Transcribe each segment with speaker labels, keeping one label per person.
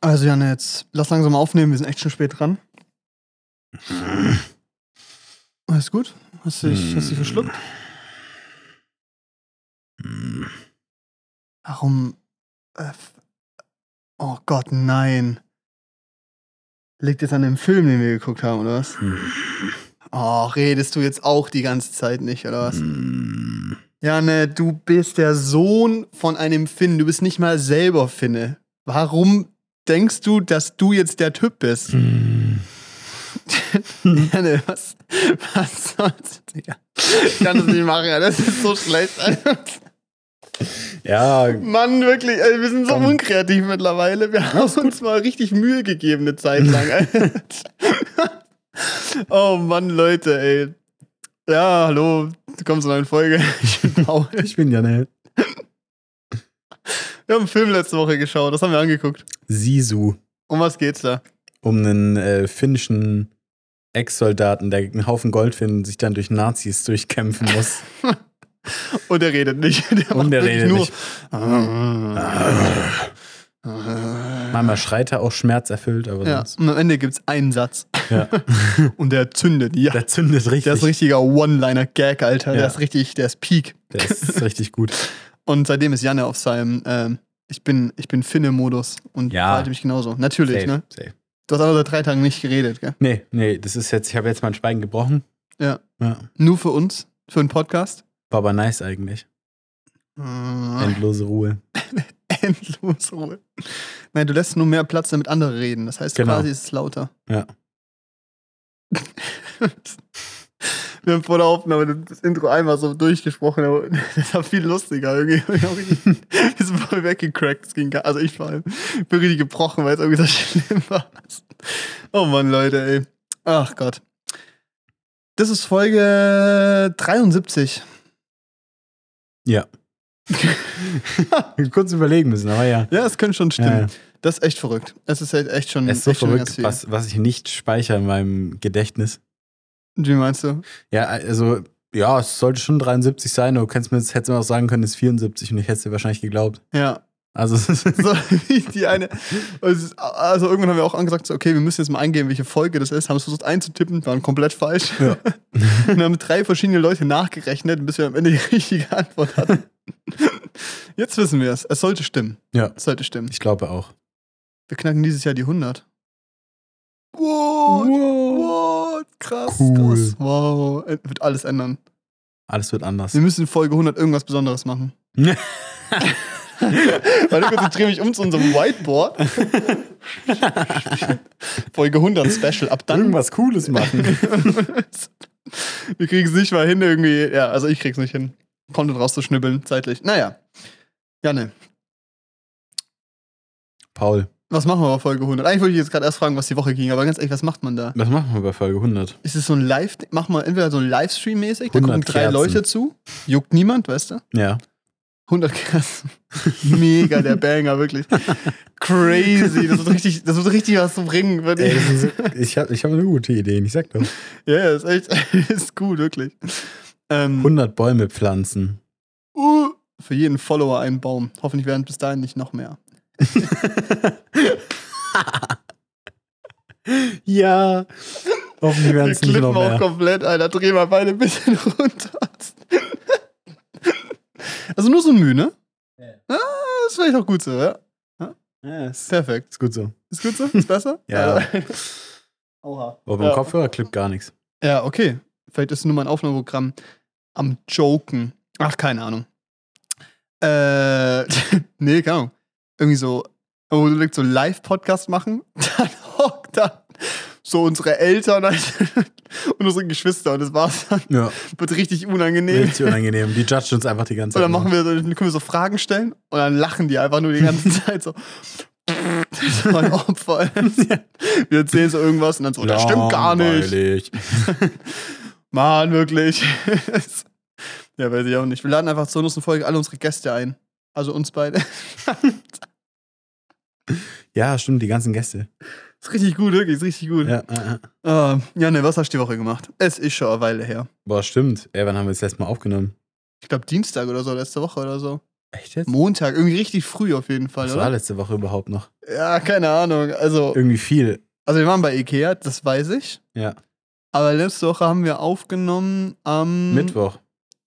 Speaker 1: Also Janne, jetzt lass langsam mal aufnehmen, wir sind echt schon spät dran. Alles gut? Hast du dich, hast du dich verschluckt? Warum? Äh, f- oh Gott, nein. Liegt jetzt an dem Film, den wir geguckt haben, oder was? Oh, redest du jetzt auch die ganze Zeit nicht, oder was? Janne, ne, du bist der Sohn von einem Finn. Du bist nicht mal selber Finne. Warum denkst du, dass du jetzt der Typ bist? Janne, was, was soll's, Digga? Ich kann das nicht machen, Alter. das ist so schlecht. Alter.
Speaker 2: Ja,
Speaker 1: Mann, wirklich, ey, wir sind so
Speaker 2: Komm.
Speaker 1: unkreativ mittlerweile. Wir haben uns mal richtig Mühe gegeben eine Zeit lang. Alter. oh Mann, Leute, ey. Ja, hallo, willkommen zur neuen Folge. Ich bin Paul.
Speaker 2: ich bin Janel.
Speaker 1: Wir haben einen Film letzte Woche geschaut, das haben wir angeguckt.
Speaker 2: Sisu,
Speaker 1: Um was geht's da?
Speaker 2: um einen äh, finnischen Ex-Soldaten, der einen Haufen Gold findet und sich dann durch Nazis durchkämpfen muss.
Speaker 1: Und er redet nicht. Der Ah.
Speaker 2: und der redet nicht.
Speaker 1: Mama.
Speaker 2: Manchmal schreit er auch schmerzerfüllt, aber
Speaker 1: Ja,
Speaker 2: sonst.
Speaker 1: und am Ende gibt's einen Satz.
Speaker 2: Ja.
Speaker 1: Und der zündet, ja.
Speaker 2: Der zündet richtig.
Speaker 1: Der ist ein richtiger One-Liner-Gag, Alter.
Speaker 2: Ja.
Speaker 1: Der ist richtig, der ist Peak.
Speaker 2: Der ist richtig gut.
Speaker 1: Und seitdem ist Janne auf seinem ähm, Ich bin, ich bin Finne-Modus und
Speaker 2: Ja.
Speaker 1: verhalte mich genauso. Natürlich, ne?
Speaker 2: safe.
Speaker 1: Du hast aber seit drei Tagen nicht geredet, gell?
Speaker 2: Nee, nee, das ist jetzt, ich habe jetzt mein Schweigen gebrochen.
Speaker 1: Ja.
Speaker 2: ja.
Speaker 1: Nur für uns, für einen Podcast.
Speaker 2: War aber nice eigentlich.
Speaker 1: Äh,
Speaker 2: Endlose Ruhe.
Speaker 1: endlos Ruhe. Nein, du lässt nur mehr Platz, damit andere reden. Das heißt,
Speaker 2: Genau.
Speaker 1: quasi ist es lauter.
Speaker 2: Ja.
Speaker 1: Wir haben vor der Aufnahme das Intro einmal so durchgesprochen, aber das war viel lustiger. Irgendwie. Wir haben richtig- wir sind voll weggecrackt. Das ging gar, also ich vor allem bin richtig gebrochen, weil es irgendwie so schlimm war. Oh Mann, Leute, ey. Ach Gott. Das ist Folge 73.
Speaker 2: Ja. Kurz überlegen müssen, aber ja.
Speaker 1: Ja, es könnte schon stimmen.
Speaker 2: Ja, ja.
Speaker 1: Das ist echt verrückt. Es ist halt echt schon,
Speaker 2: Es ist so
Speaker 1: echt schon
Speaker 2: verrückt, was, was ich nicht speichere in meinem Gedächtnis.
Speaker 1: Wie meinst du?
Speaker 2: Ja, also, ja, es sollte schon 73 sein, aber du kannst mir jetzt, hättest mir auch sagen können, es ist 74 und ich hätte es dir wahrscheinlich geglaubt.
Speaker 1: Ja,
Speaker 2: Also, es ist
Speaker 1: so wie die eine. Also also irgendwann haben wir auch angesagt, so, okay, wir müssen jetzt mal eingeben, welche Folge das ist. Haben es versucht einzutippen, waren komplett falsch.
Speaker 2: Ja.
Speaker 1: Und haben drei verschiedene Leute nachgerechnet, bis wir am Ende die richtige Antwort hatten. Jetzt wissen wir es. Es sollte stimmen.
Speaker 2: Ja.
Speaker 1: Es sollte stimmen.
Speaker 2: ich glaube auch.
Speaker 1: Wir knacken dieses Jahr die 100. Wow, wow, krass,
Speaker 2: Cool.
Speaker 1: krass. Wow, Äh, wird alles ändern.
Speaker 2: Alles wird anders.
Speaker 1: Wir müssen in Folge 100 irgendwas Besonderes machen. Warte kurz, ich drehe mich um zu unserem Whiteboard. Folge 100 Special. Ab dann.
Speaker 2: Irgendwas Cooles machen.
Speaker 1: Wir kriegen es nicht mal hin irgendwie. Ja, also ich krieg's nicht hin. Content rauszuschnibbeln, zeitlich. Naja. Janne,
Speaker 2: Paul,
Speaker 1: was machen wir bei Folge 100? Eigentlich wollte ich jetzt gerade erst fragen, was die Woche ging, aber ganz ehrlich, was macht man da?
Speaker 2: was machen wir bei Folge 100?
Speaker 1: Ist es so ein Live, machen wir entweder so ein Livestream mäßig, da
Speaker 2: 100
Speaker 1: gucken drei
Speaker 2: Kerzen.
Speaker 1: Leute zu, juckt niemand, weißt du?
Speaker 2: Ja.
Speaker 1: 100 Kerzen. Mega der Banger, wirklich. Crazy, das wird richtig, das wird richtig was bringen, würde ich
Speaker 2: Ey, das ist- ich habe ich hab eine gute Idee, ich sag doch.
Speaker 1: Ja, ja, ist echt, ist gut, wirklich. Ähm,
Speaker 2: 100 Bäume pflanzen.
Speaker 1: uh, für jeden Follower einen Baum. Hoffentlich werden bis dahin nicht noch mehr.
Speaker 2: Ja. Hoffentlich werden
Speaker 1: Wir
Speaker 2: es nicht
Speaker 1: klippen
Speaker 2: noch
Speaker 1: auch
Speaker 2: mehr.
Speaker 1: komplett, Alter. Dreh mal beide ein bisschen runter. Also nur so ein Mühe, ne?
Speaker 2: Ja.
Speaker 1: Ah, ist vielleicht auch gut so, ja?
Speaker 2: Ja, ist,
Speaker 1: Perfekt.
Speaker 2: ist gut so.
Speaker 1: Ist gut so? Ist besser?
Speaker 2: Ja.
Speaker 1: Oha.
Speaker 2: Aber beim
Speaker 1: ja.
Speaker 2: Kopfhörer klippt gar nichts.
Speaker 1: ja, okay. Vielleicht ist nur mein Aufnahmeprogramm am Joken. Ach, keine Ahnung. Äh, nee, keine Ahnung. Irgendwie so, wo du denkst, so Live-Podcast machen, dann hockt da so unsere Eltern und unsere Geschwister und das war's dann.
Speaker 2: Ja,
Speaker 1: Wird richtig unangenehm.
Speaker 2: richtig unangenehm. Die judgen uns einfach die ganze
Speaker 1: So,
Speaker 2: Zeit.
Speaker 1: dann machen wir, so- dann können wir so Fragen stellen und dann lachen die einfach nur die ganze Zeit so. Das war ein Opfer. Wir erzählen so irgendwas und dann so, das stimmt gar nicht.
Speaker 2: Langweilig.
Speaker 1: Mann, wirklich. ja, weiß ich auch nicht. Wir laden einfach zur nächsten Folge alle unsere Gäste ein. Also uns beide.
Speaker 2: Ja, stimmt, die ganzen Gäste.
Speaker 1: ist richtig gut, wirklich, ist richtig gut. Ja,
Speaker 2: Ja, äh, äh.
Speaker 1: äh, Janne, was hast du die Woche gemacht? Es ist schon eine Weile her.
Speaker 2: Boah, stimmt. Ey, wann haben wir das letzte Mal aufgenommen?
Speaker 1: Ich glaube Dienstag oder so, letzte Woche oder so.
Speaker 2: Echt jetzt?
Speaker 1: Montag, irgendwie richtig früh auf jeden Fall,
Speaker 2: Was war
Speaker 1: oder?
Speaker 2: letzte Woche überhaupt noch?
Speaker 1: Ja, keine Ahnung. Also,
Speaker 2: Irgendwie viel.
Speaker 1: also wir waren bei Ikea, das weiß ich.
Speaker 2: Ja.
Speaker 1: Aber letzte Woche haben wir aufgenommen am
Speaker 2: Mittwoch.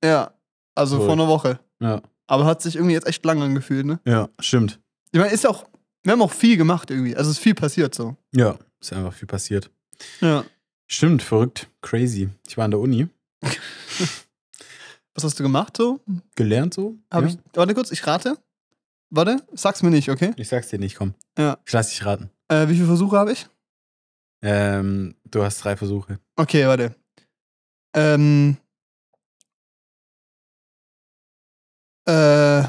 Speaker 1: Ja, also
Speaker 2: Cool.
Speaker 1: vor einer Woche.
Speaker 2: Ja.
Speaker 1: Aber hat sich irgendwie jetzt echt lang angefühlt, ne?
Speaker 2: Ja, stimmt.
Speaker 1: Ich meine, ist auch, wir haben auch viel gemacht irgendwie. Also es ist viel passiert so.
Speaker 2: Ja, ist einfach viel passiert.
Speaker 1: Ja.
Speaker 2: Stimmt, verrückt. Crazy. Ich war an der Uni.
Speaker 1: Was hast du gemacht so?
Speaker 2: Gelernt so?
Speaker 1: Hab
Speaker 2: ja.
Speaker 1: ich, warte kurz, ich rate. Warte, sag's mir nicht, okay?
Speaker 2: ich sag's dir nicht, komm.
Speaker 1: Ja.
Speaker 2: Ich lass dich raten.
Speaker 1: Äh, wie viele Versuche habe ich?
Speaker 2: Ähm, du hast drei Versuche.
Speaker 1: Okay, warte. Ähm. Äh.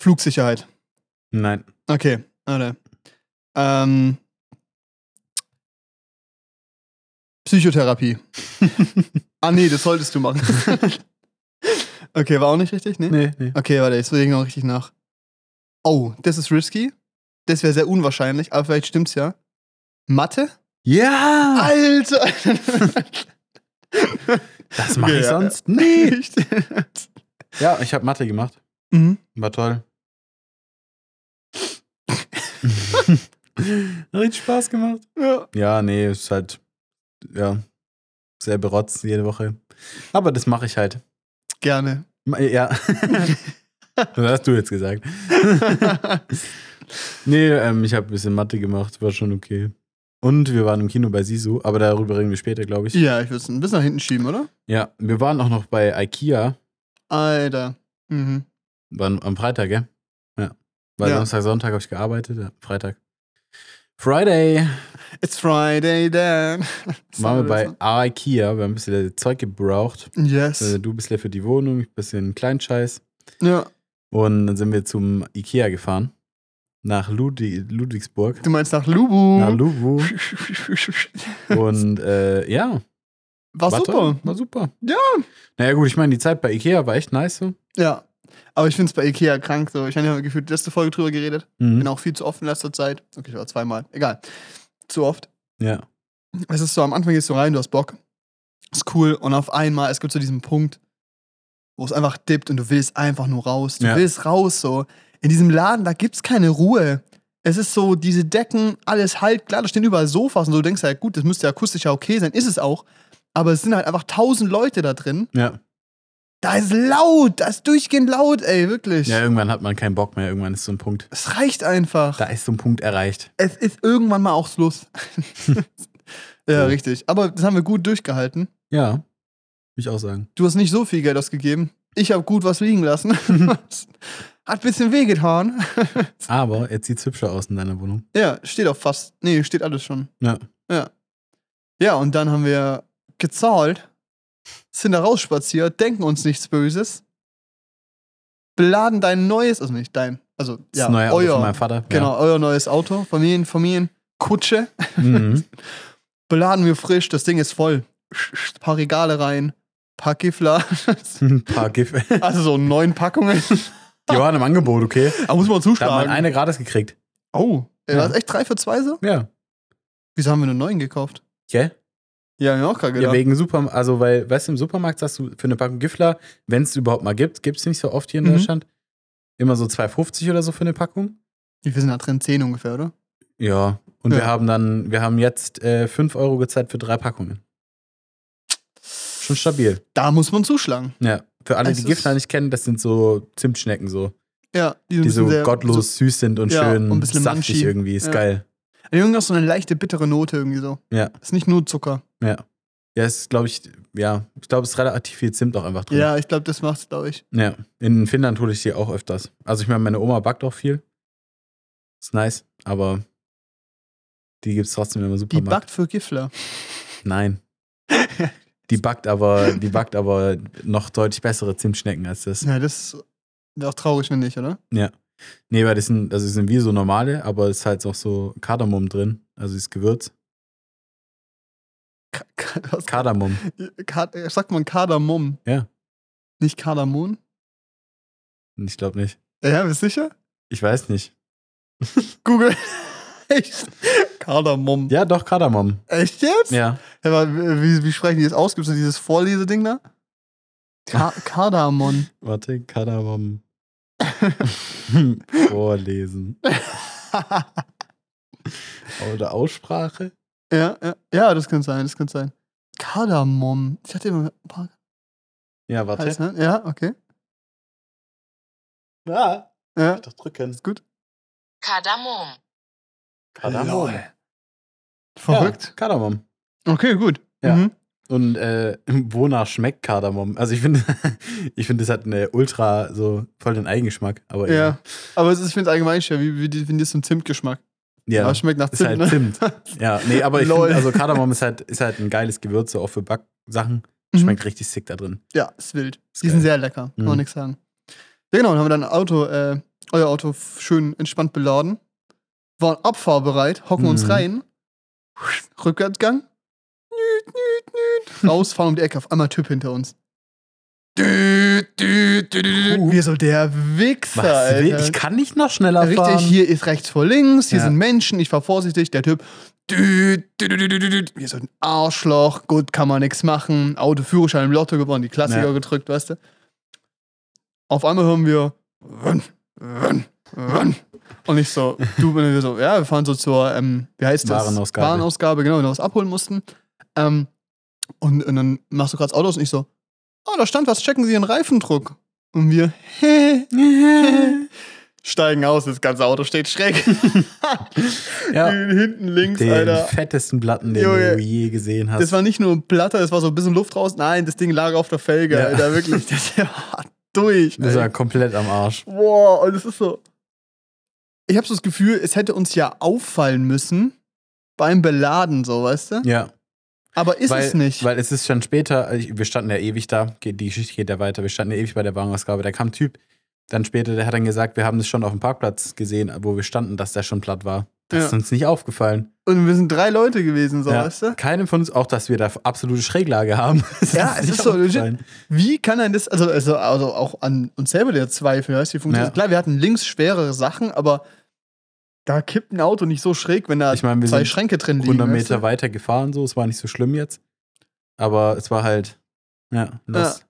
Speaker 1: Flugsicherheit.
Speaker 2: Nein.
Speaker 1: Okay, warte. Ähm. Psychotherapie. ah, nee, das solltest du machen. okay, war auch nicht richtig, ne?
Speaker 2: Nee, nee.
Speaker 1: Okay, warte, jetzt will ich noch richtig nach. Oh, das ist risky. Das wäre sehr unwahrscheinlich, aber vielleicht stimmt's ja. Mathe?
Speaker 2: Ja!
Speaker 1: Alter!
Speaker 2: Das mache ich
Speaker 1: Ja.
Speaker 2: sonst nie.
Speaker 1: Nicht.
Speaker 2: Ja, ich habe Mathe gemacht.
Speaker 1: mhm.
Speaker 2: War toll. Hat richtig Spaß gemacht.
Speaker 1: ja.
Speaker 2: Ja, nee, ist halt, ja, sehr berotzt jede Woche. Aber das mache ich halt.
Speaker 1: Gerne.
Speaker 2: Ma- Ja. das hast du jetzt gesagt. Nee, ähm, ich habe ein bisschen Mathe gemacht, war schon okay. Und wir waren im Kino bei Sisu, aber darüber reden wir später, glaube ich.
Speaker 1: ja, ich würde es ein bisschen nach hinten schieben, oder?
Speaker 2: Ja, wir waren auch noch bei IKEA,
Speaker 1: Alter. Mhm.
Speaker 2: waren am Freitag, gell? Ja. Weil
Speaker 1: Ja.
Speaker 2: Samstag, Sonntag habe ich gearbeitet, ja, Freitag. Friday
Speaker 1: It's Friday, Dan.
Speaker 2: waren wir bei IKEA, wir haben ein bisschen Zeug gebraucht.
Speaker 1: Yes.
Speaker 2: Also du bist leer für die Wohnung, ich ein bisschen Kleinscheiß.
Speaker 1: Ja.
Speaker 2: Und dann sind wir zum IKEA gefahren, nach Ludwi Ludwigsburg,
Speaker 1: Du meinst nach Lubu.
Speaker 2: nach Lubu. Und äh, ja,
Speaker 1: War
Speaker 2: toll,
Speaker 1: super.
Speaker 2: War super.
Speaker 1: Ja.
Speaker 2: Naja, gut, ich meine, die Zeit bei Ikea war echt nice so.
Speaker 1: Ja. Aber ich finde es bei Ikea krank. So. Ich habe ja gefühlt letzte Folge drüber geredet.
Speaker 2: Mhm.
Speaker 1: Bin auch viel zu oft in letzter Zeit. Okay, ich war zweimal. Egal. Zu oft.
Speaker 2: Ja.
Speaker 1: Es ist so, am Anfang gehst du rein, du hast Bock. Ist cool. Und auf einmal, es gibt so diesen Punkt, wo es einfach dippt und du willst einfach nur raus. Du
Speaker 2: Ja.
Speaker 1: willst raus so. In diesem Laden, da gibt's keine Ruhe. Es ist so, diese Decken, alles halt, klar, da stehen überall Sofas und so. du denkst halt, gut, das müsste ja akustisch ja okay sein, ist es auch. Aber es sind halt einfach tausend Leute da drin.
Speaker 2: ja.
Speaker 1: Da ist laut, da ist durchgehend laut, ey, wirklich.
Speaker 2: Ja, irgendwann hat man keinen Bock mehr, irgendwann ist so ein Punkt.
Speaker 1: Es reicht einfach.
Speaker 2: Da ist so ein Punkt erreicht.
Speaker 1: es ist irgendwann mal auch Schluss. ja,
Speaker 2: Ja.
Speaker 1: richtig. Aber das haben wir gut durchgehalten.
Speaker 2: Ja. Würde ich auch sagen.
Speaker 1: Du hast nicht so viel Geld ausgegeben. Ich habe gut was liegen lassen. Hat ein bisschen wehgetan.
Speaker 2: Aber jetzt sieht's hübscher aus in deiner Wohnung.
Speaker 1: ja, steht auch fast. Nee, steht alles schon.
Speaker 2: Ja.
Speaker 1: Ja, ja und dann haben wir gezahlt, sind da rausspaziert, denken uns nichts Böses, beladen dein neues, also nicht dein, also
Speaker 2: Das
Speaker 1: ja,
Speaker 2: neue Auto
Speaker 1: euer,
Speaker 2: von meinem Vater.
Speaker 1: genau, euer neues Auto, Familien, Familien, Kutsche.
Speaker 2: Ja. Mhm.
Speaker 1: beladen wir frisch, das Ding ist voll. Sch- Paar Regale rein, paar Kiffler,
Speaker 2: Ein paar Gif. Die
Speaker 1: also so neun Packungen.
Speaker 2: waren im Angebot, okay?
Speaker 1: Da muss man
Speaker 2: Da hat man
Speaker 1: zuschlagen.
Speaker 2: eine gratis gekriegt.
Speaker 1: oh, ey,
Speaker 2: Ja.
Speaker 1: war das echt drei für zwei so?
Speaker 2: Ja.
Speaker 1: Wieso haben wir nur neun gekauft?
Speaker 2: Gell?
Speaker 1: Ja, hab ich mir auch gerade
Speaker 2: Ja,
Speaker 1: gedacht.
Speaker 2: wegen Super, also weil, weißt du, im Supermarkt sagst du für eine Packung Gifler, wenn es überhaupt mal gibt, gibt es nicht so oft hier in
Speaker 1: Mhm.
Speaker 2: Deutschland, immer so 2,50 oder so für eine Packung.
Speaker 1: Wie viel sind da drin? Zehn ungefähr, oder?
Speaker 2: Ja, und
Speaker 1: Ja.
Speaker 2: wir haben dann, wir haben jetzt äh, 5 Euro gezahlt für drei Packungen. Schon stabil.
Speaker 1: Da muss man zuschlagen.
Speaker 2: Ja. Für alle,
Speaker 1: Es
Speaker 2: die
Speaker 1: ist-
Speaker 2: Giftler nicht kennen, das sind so Zimtschnecken so,
Speaker 1: Ja, sind
Speaker 2: die
Speaker 1: ein
Speaker 2: so
Speaker 1: bisschen sehr-
Speaker 2: gottlos süß sind und
Speaker 1: Ja,
Speaker 2: schön
Speaker 1: und ein bisschen
Speaker 2: saftig
Speaker 1: munchy.
Speaker 2: irgendwie. Ist
Speaker 1: Ja.
Speaker 2: geil.
Speaker 1: So, irgendwie auch so eine leichte, bittere Note irgendwie so.
Speaker 2: Ja.
Speaker 1: Ist nicht nur Zucker.
Speaker 2: Ja. Ja, es ist, glaube ich, ja, ich glaube, es ist relativ viel Zimt auch einfach drin.
Speaker 1: Ja, ich glaube, das macht's, glaube ich.
Speaker 2: ja. In Finnland hole ich die auch öfters. Also ich meine, meine Oma backt auch viel. Ist nice, aber die gibt es trotzdem immer super.
Speaker 1: Die backt für Giffler.
Speaker 2: Nein. Die backt aber, die backt aber noch deutlich bessere Zimtschnecken als das.
Speaker 1: Ja, das wäre auch traurig, wenn nicht, oder?
Speaker 2: Nee, weil das sind, also das sind wie so normale, aber es ist halt auch so Kardamom drin. Also das Gewürz.
Speaker 1: Ka Ka was-
Speaker 2: Kardamom.
Speaker 1: Ka sagt man Kardamom?
Speaker 2: Ja.
Speaker 1: Nicht Kardamon?
Speaker 2: Ich glaube nicht.
Speaker 1: Ja, bist sicher?
Speaker 2: Ich weiß nicht.
Speaker 1: Google. Echt? Kardamom.
Speaker 2: Ja, doch, Kardamom.
Speaker 1: Echt jetzt?
Speaker 2: Ja.
Speaker 1: Hä, aber wie, wie sprechen die das aus? Gibt es dieses Vorleseding da? Ka Kardamon.
Speaker 2: Warte, Kardamom. Vorlesen. Oder Aussprache?
Speaker 1: ja, ja, ja, das kann sein, das kann sein. Kardamom. Ich hatte immer ein paar
Speaker 2: Ja, warte.
Speaker 1: Heiß, ne? Ja, okay.
Speaker 2: Ah,
Speaker 1: Ja,
Speaker 2: doch drücken.
Speaker 1: ist gut.
Speaker 3: Kardamom.
Speaker 2: Kardamom.
Speaker 1: Lol. Verrückt.
Speaker 2: Ja, Kardamom.
Speaker 1: Okay, gut.
Speaker 2: Ja.
Speaker 1: Mhm.
Speaker 2: Und äh, wonach schmeckt Kardamom? Also ich finde, ich finde, das hat eine ultra, so voll den Eigengeschmack. Aber
Speaker 1: Ja. Aber es ist, ich finde es allgemein schwer. Wie, wie definierst du einen Zimtgeschmack?
Speaker 2: ja,
Speaker 1: Aber es schmeckt nach
Speaker 2: ist
Speaker 1: Zimt,
Speaker 2: halt
Speaker 1: ne?
Speaker 2: Zimt. Ja, nee, aber ich
Speaker 1: Lol.
Speaker 2: finde, also Kardamom ist halt, ist halt ein geiles Gewürz, so auch für Backsachen.
Speaker 1: Mhm.
Speaker 2: Schmeckt richtig sick da drin.
Speaker 1: Ja, ist wild.
Speaker 2: Ist
Speaker 1: die sind
Speaker 2: geil.
Speaker 1: sehr lecker, kann man
Speaker 2: Mhm.
Speaker 1: nichts sagen. Ja, genau, dann haben wir dann Auto, äh, euer Auto f- schön entspannt beladen, waren abfahrbereit, hocken uns
Speaker 2: Mhm.
Speaker 1: rein, Rückwärtsgang, nüt, nüt, nüt, raus, fahren um die Ecke, auf einmal Typ hinter uns. Düt, düt, düt, düt, düt.
Speaker 2: Puh.
Speaker 1: Mir so der Wichser,
Speaker 2: Was will?
Speaker 1: Alter.
Speaker 2: Ich kann nicht noch schneller fahren.
Speaker 1: Richtig, hier ist rechts vor links, hier
Speaker 2: Ja.
Speaker 1: sind Menschen, ich war vorsichtig, der Typ. Düt, düt, düt, düt, düt, düt. Hier so ein Arschloch, gut, kann man nichts machen. Auto, Führerschein im Lotto gewonnen, die Klassiker
Speaker 2: Ja.
Speaker 1: gedrückt, weißt du. Auf einmal hören wir. Run, run, run. Und ich so, du, wenn wir so, ja, wir fahren so zur, ähm, wie heißt das?
Speaker 2: Warenausgabe.
Speaker 1: Warenausgabe, genau, wenn wir was abholen mussten. Ähm, und, und dann machst du gerade das Auto aus und ich so, oh, da stand was, checken Sie Ihren Reifendruck. Und wir, hä? steigen aus, das ganze Auto steht schräg.
Speaker 2: ja.
Speaker 1: Hinten links,
Speaker 2: Den
Speaker 1: Alter.
Speaker 2: fettesten Platten, den
Speaker 1: Junge.
Speaker 2: du je gesehen hast.
Speaker 1: Das war nicht nur ein Platter, es war so ein bisschen Luft raus. Nein, das Ding lag auf der Felge,
Speaker 2: Ja.
Speaker 1: Alter, wirklich. Das war durch.
Speaker 2: das war
Speaker 1: Alter.
Speaker 2: komplett am Arsch.
Speaker 1: Boah, und es ist so. Ich habe so das Gefühl, es hätte uns ja auffallen müssen beim Beladen, so, weißt du?
Speaker 2: Ja.
Speaker 1: Aber ist
Speaker 2: weil,
Speaker 1: es nicht.
Speaker 2: Weil es ist schon später, also ich- wir standen ja ewig da, geht- die Geschichte geht ja weiter, wir standen ja ewig bei der Warenausgabe, da kam ein Typ, dann später, der hat dann gesagt, wir haben das schon auf dem Parkplatz gesehen, wo wir standen, dass der schon platt war. Das
Speaker 1: Ja.
Speaker 2: ist uns nicht aufgefallen.
Speaker 1: und wir sind drei Leute gewesen, so,
Speaker 2: Ja.
Speaker 1: weißt du?
Speaker 2: Keinem von uns, auch dass wir da absolute Schräglage haben. Das
Speaker 1: Ja, es
Speaker 2: nicht
Speaker 1: ist so legit.
Speaker 2: aufgefallen.
Speaker 1: Wie kann ein das, also, also, also auch an uns selber der Zweifel, weißt du, wie funktioniert
Speaker 2: Ja.
Speaker 1: das? Klar, wir hatten links schwerere Sachen, aber da kippt ein Auto nicht so schräg, wenn da
Speaker 2: Ich meine, wir
Speaker 1: zwei
Speaker 2: sind
Speaker 1: Schränke drin liegen.
Speaker 2: 100
Speaker 1: weißt du?
Speaker 2: Meter weiter gefahren, so, es war nicht so schlimm jetzt. Aber es war halt, ja, los.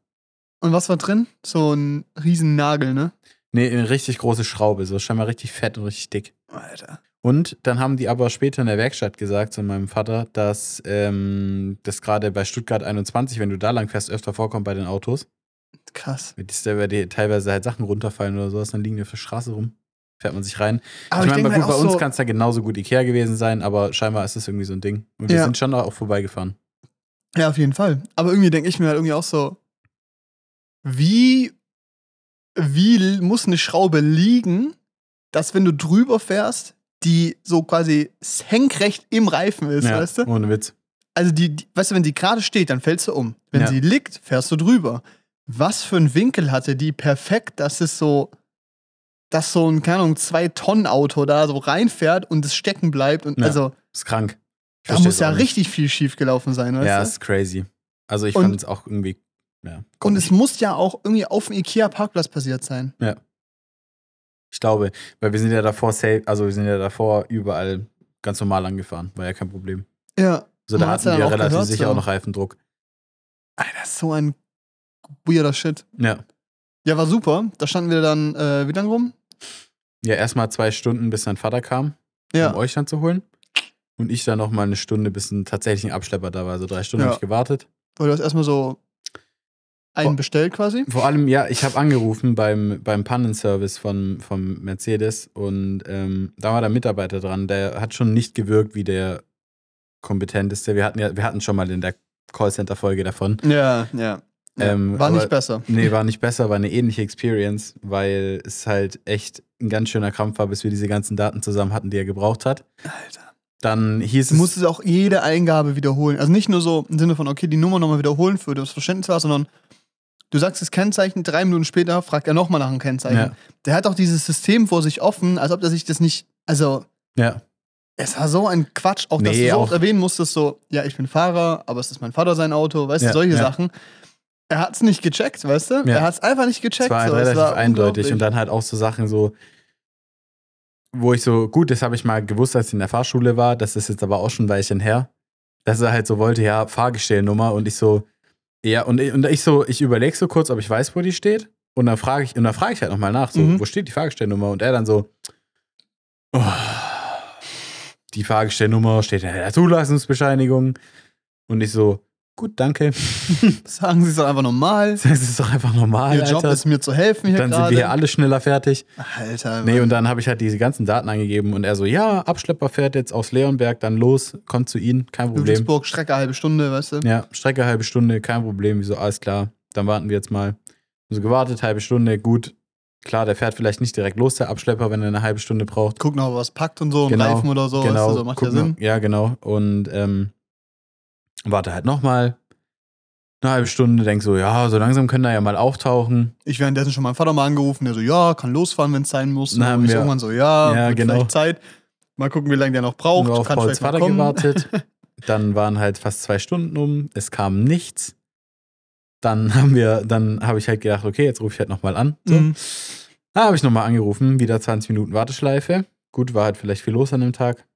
Speaker 1: Und was war drin? So ein riesen Nagel, ne?
Speaker 2: Nee, eine richtig große Schraube, so scheinbar richtig fett und richtig dick.
Speaker 1: Alter.
Speaker 2: Und dann haben die aber später in der Werkstatt gesagt zu meinem Vater, dass ähm, das gerade bei Stuttgart 21, wenn du da lang fährst, öfter vorkommt bei den Autos.
Speaker 1: Krass.
Speaker 2: Mit dieser- Weil die teilweise halt Sachen runterfallen oder sowas, dann liegen die auf der Straße rum. Fährt man sich rein.
Speaker 1: Aber
Speaker 2: ich meine,
Speaker 1: denk
Speaker 2: gut,
Speaker 1: halt
Speaker 2: bei
Speaker 1: auch
Speaker 2: uns
Speaker 1: so,
Speaker 2: kann es ja genauso gut Ikea gewesen sein, aber scheinbar ist das irgendwie so ein Ding. Und wir
Speaker 1: Ja.
Speaker 2: sind schon auch vorbeigefahren.
Speaker 1: Ja, auf jeden Fall. Aber irgendwie denke ich mir halt irgendwie auch so, wie, wie l- muss eine Schraube liegen, dass wenn du drüber fährst, die so quasi senkrecht im Reifen ist,
Speaker 2: ja,
Speaker 1: weißt du?
Speaker 2: Ohne Witz.
Speaker 1: Also die, die weißt du, wenn sie gerade steht, dann fällst du um. Wenn
Speaker 2: Ja.
Speaker 1: sie liegt, fährst du drüber. Was für ein Winkel hatte die perfekt, dass es so, dass so ein, keine Ahnung, zwei Tonnen Auto da so reinfährt und es stecken bleibt und
Speaker 2: Ja,
Speaker 1: also
Speaker 2: Ist krank. Ich
Speaker 1: da
Speaker 2: versteh's
Speaker 1: muss ja
Speaker 2: auch nicht.
Speaker 1: richtig viel schief gelaufen sein, weißt
Speaker 2: Ja,
Speaker 1: du?
Speaker 2: ist crazy. Also ich
Speaker 1: Und-
Speaker 2: fand es auch irgendwie. Ja,
Speaker 1: Und es muss ja auch irgendwie auf dem Ikea Parkplatz passiert sein.
Speaker 2: Ich glaube, weil wir sind ja davor safe, also wir sind ja davor überall ganz normal angefahren, war ja kein Problem.
Speaker 1: Ja,
Speaker 2: So, da
Speaker 1: Man hat's
Speaker 2: hatten
Speaker 1: ja
Speaker 2: wir
Speaker 1: dann auch
Speaker 2: relativ
Speaker 1: gehört,
Speaker 2: sicher
Speaker 1: so.
Speaker 2: auch noch Reifendruck.
Speaker 1: Alter, so ein weirder Shit.
Speaker 2: Ja.
Speaker 1: Ja, war super. Da standen wir dann äh, wie lange rum?
Speaker 2: Ja, erstmal zwei Stunden, bis dein Vater kam, um
Speaker 1: Ja,
Speaker 2: euch dann zu holen. Und ich dann nochmal eine Stunde, bis ein tatsächlich ein Abschlepper da war. Also drei Stunden
Speaker 1: Ja.
Speaker 2: habe ich gewartet.
Speaker 1: weil du hast erstmal so einen
Speaker 2: Boah.
Speaker 1: bestellt quasi.
Speaker 2: Vor allem, ja, ich habe angerufen beim, beim Pannenservice von, vom Mercedes und ähm, da war der Mitarbeiter dran, der hat schon nicht gewirkt wie der kompetenteste. Wir hatten ja, wir hatten schon mal in der Callcenter-Folge davon.
Speaker 1: Ja, ja.
Speaker 2: Ähm,
Speaker 1: war
Speaker 2: aber-
Speaker 1: nicht besser.
Speaker 2: Nee, war nicht besser, war eine ähnliche Experience, weil es halt echt ein ganz schöner Krampf war, bis wir diese ganzen Daten zusammen hatten, die er gebraucht hat.
Speaker 1: Alter.
Speaker 2: Dann hieß
Speaker 1: Du
Speaker 2: es.
Speaker 1: musstest auch jede Eingabe wiederholen. Also nicht nur so im Sinne von, okay, die Nummer nochmal wiederholen für das Verständnis war, sondern du sagst das Kennzeichen, drei Minuten später fragt er nochmal nach dem Kennzeichen.
Speaker 2: ja,
Speaker 1: Der hat auch dieses System vor sich offen, als ob der sich das nicht. Also,
Speaker 2: ja,
Speaker 1: es war so ein Quatsch, auch dass
Speaker 2: Nee,
Speaker 1: du so
Speaker 2: auch-
Speaker 1: oft erwähnen musstest, so, ja, ich bin Fahrer, aber es ist mein Vater sein Auto, weißt
Speaker 2: Ja,
Speaker 1: du, solche
Speaker 2: ja.
Speaker 1: Sachen. Er hat's nicht gecheckt, weißt du? Er hat's einfach nicht
Speaker 2: es
Speaker 1: gecheckt.
Speaker 2: war halt
Speaker 1: so.
Speaker 2: relativ
Speaker 1: war
Speaker 2: eindeutig. Und
Speaker 1: unglaublich.
Speaker 2: dann halt auch so Sachen so, wo ich so, gut, das habe ich mal gewusst, als ich in der Fahrschule war, das ist jetzt aber auch schon ein Weilchen her, dass er halt so wollte, ja, Fahrgestellnummer und ich so, Ja, und, ich- und ich so, ich überlege so kurz, ob ich weiß, wo die steht. Und dann frage ich, und dann frage ich halt nochmal nach, so,
Speaker 1: Mhm.
Speaker 2: wo steht die Fahrgestellnummer? Und er dann so, oh, die Fahrgestellnummer steht in der Zulassungsbescheinigung. Und ich so, gut, danke.
Speaker 1: Sagen Sie es doch einfach normal.
Speaker 2: Das ist doch einfach normal.
Speaker 1: Ihr Job
Speaker 2: Alter.
Speaker 1: ist mir zu helfen hier
Speaker 2: dann sind
Speaker 1: gerade.
Speaker 2: wir hier alle schneller fertig.
Speaker 1: Alter,
Speaker 2: Nee,
Speaker 1: Mann.
Speaker 2: und dann habe ich halt diese ganzen Daten eingegeben und er so, ja, Abschlepper fährt jetzt aus Leonberg, dann los, kommt zu Ihnen, kein Problem.
Speaker 1: Ludwigsburg, Strecke, halbe Stunde, weißt du?
Speaker 2: Ja, Strecke halbe Stunde, kein Problem, wieso, alles klar, dann warten wir jetzt mal. Also gewartet, halbe Stunde, gut. Klar, der fährt vielleicht nicht direkt los, der Abschlepper, wenn er eine halbe Stunde braucht.
Speaker 1: Gucken, ob er was packt und so, und
Speaker 2: Genau,
Speaker 1: Reifen oder so,
Speaker 2: genau,
Speaker 1: weißt du, so macht ja
Speaker 2: gucken,
Speaker 1: Sinn.
Speaker 2: ja, genau. Und ähm, warte halt nochmal. Eine halbe Stunde, denk so, ja, so langsam können da ja mal auftauchen.
Speaker 1: Ich währenddessen schon meinen Vater mal angerufen, der so, ja, kann losfahren, wenn es sein muss.
Speaker 2: Na,
Speaker 1: und
Speaker 2: haben
Speaker 1: ich
Speaker 2: wir-
Speaker 1: irgendwann so, ja,
Speaker 2: Ja,
Speaker 1: wird
Speaker 2: genau.
Speaker 1: vielleicht Zeit. Mal gucken, wie lange der noch braucht.
Speaker 2: Nur auf
Speaker 1: kann
Speaker 2: Pauls
Speaker 1: vielleicht mal
Speaker 2: Vater
Speaker 1: kommen.
Speaker 2: gewartet. Dann waren halt fast zwei Stunden um, es kam nichts. Dann haben wir, dann habe ich halt gedacht, okay, jetzt rufe ich halt nochmal an. So.
Speaker 1: Mhm.
Speaker 2: Da habe ich nochmal angerufen, wieder 20 Minuten Warteschleife. Gut, war halt vielleicht viel los an dem Tag.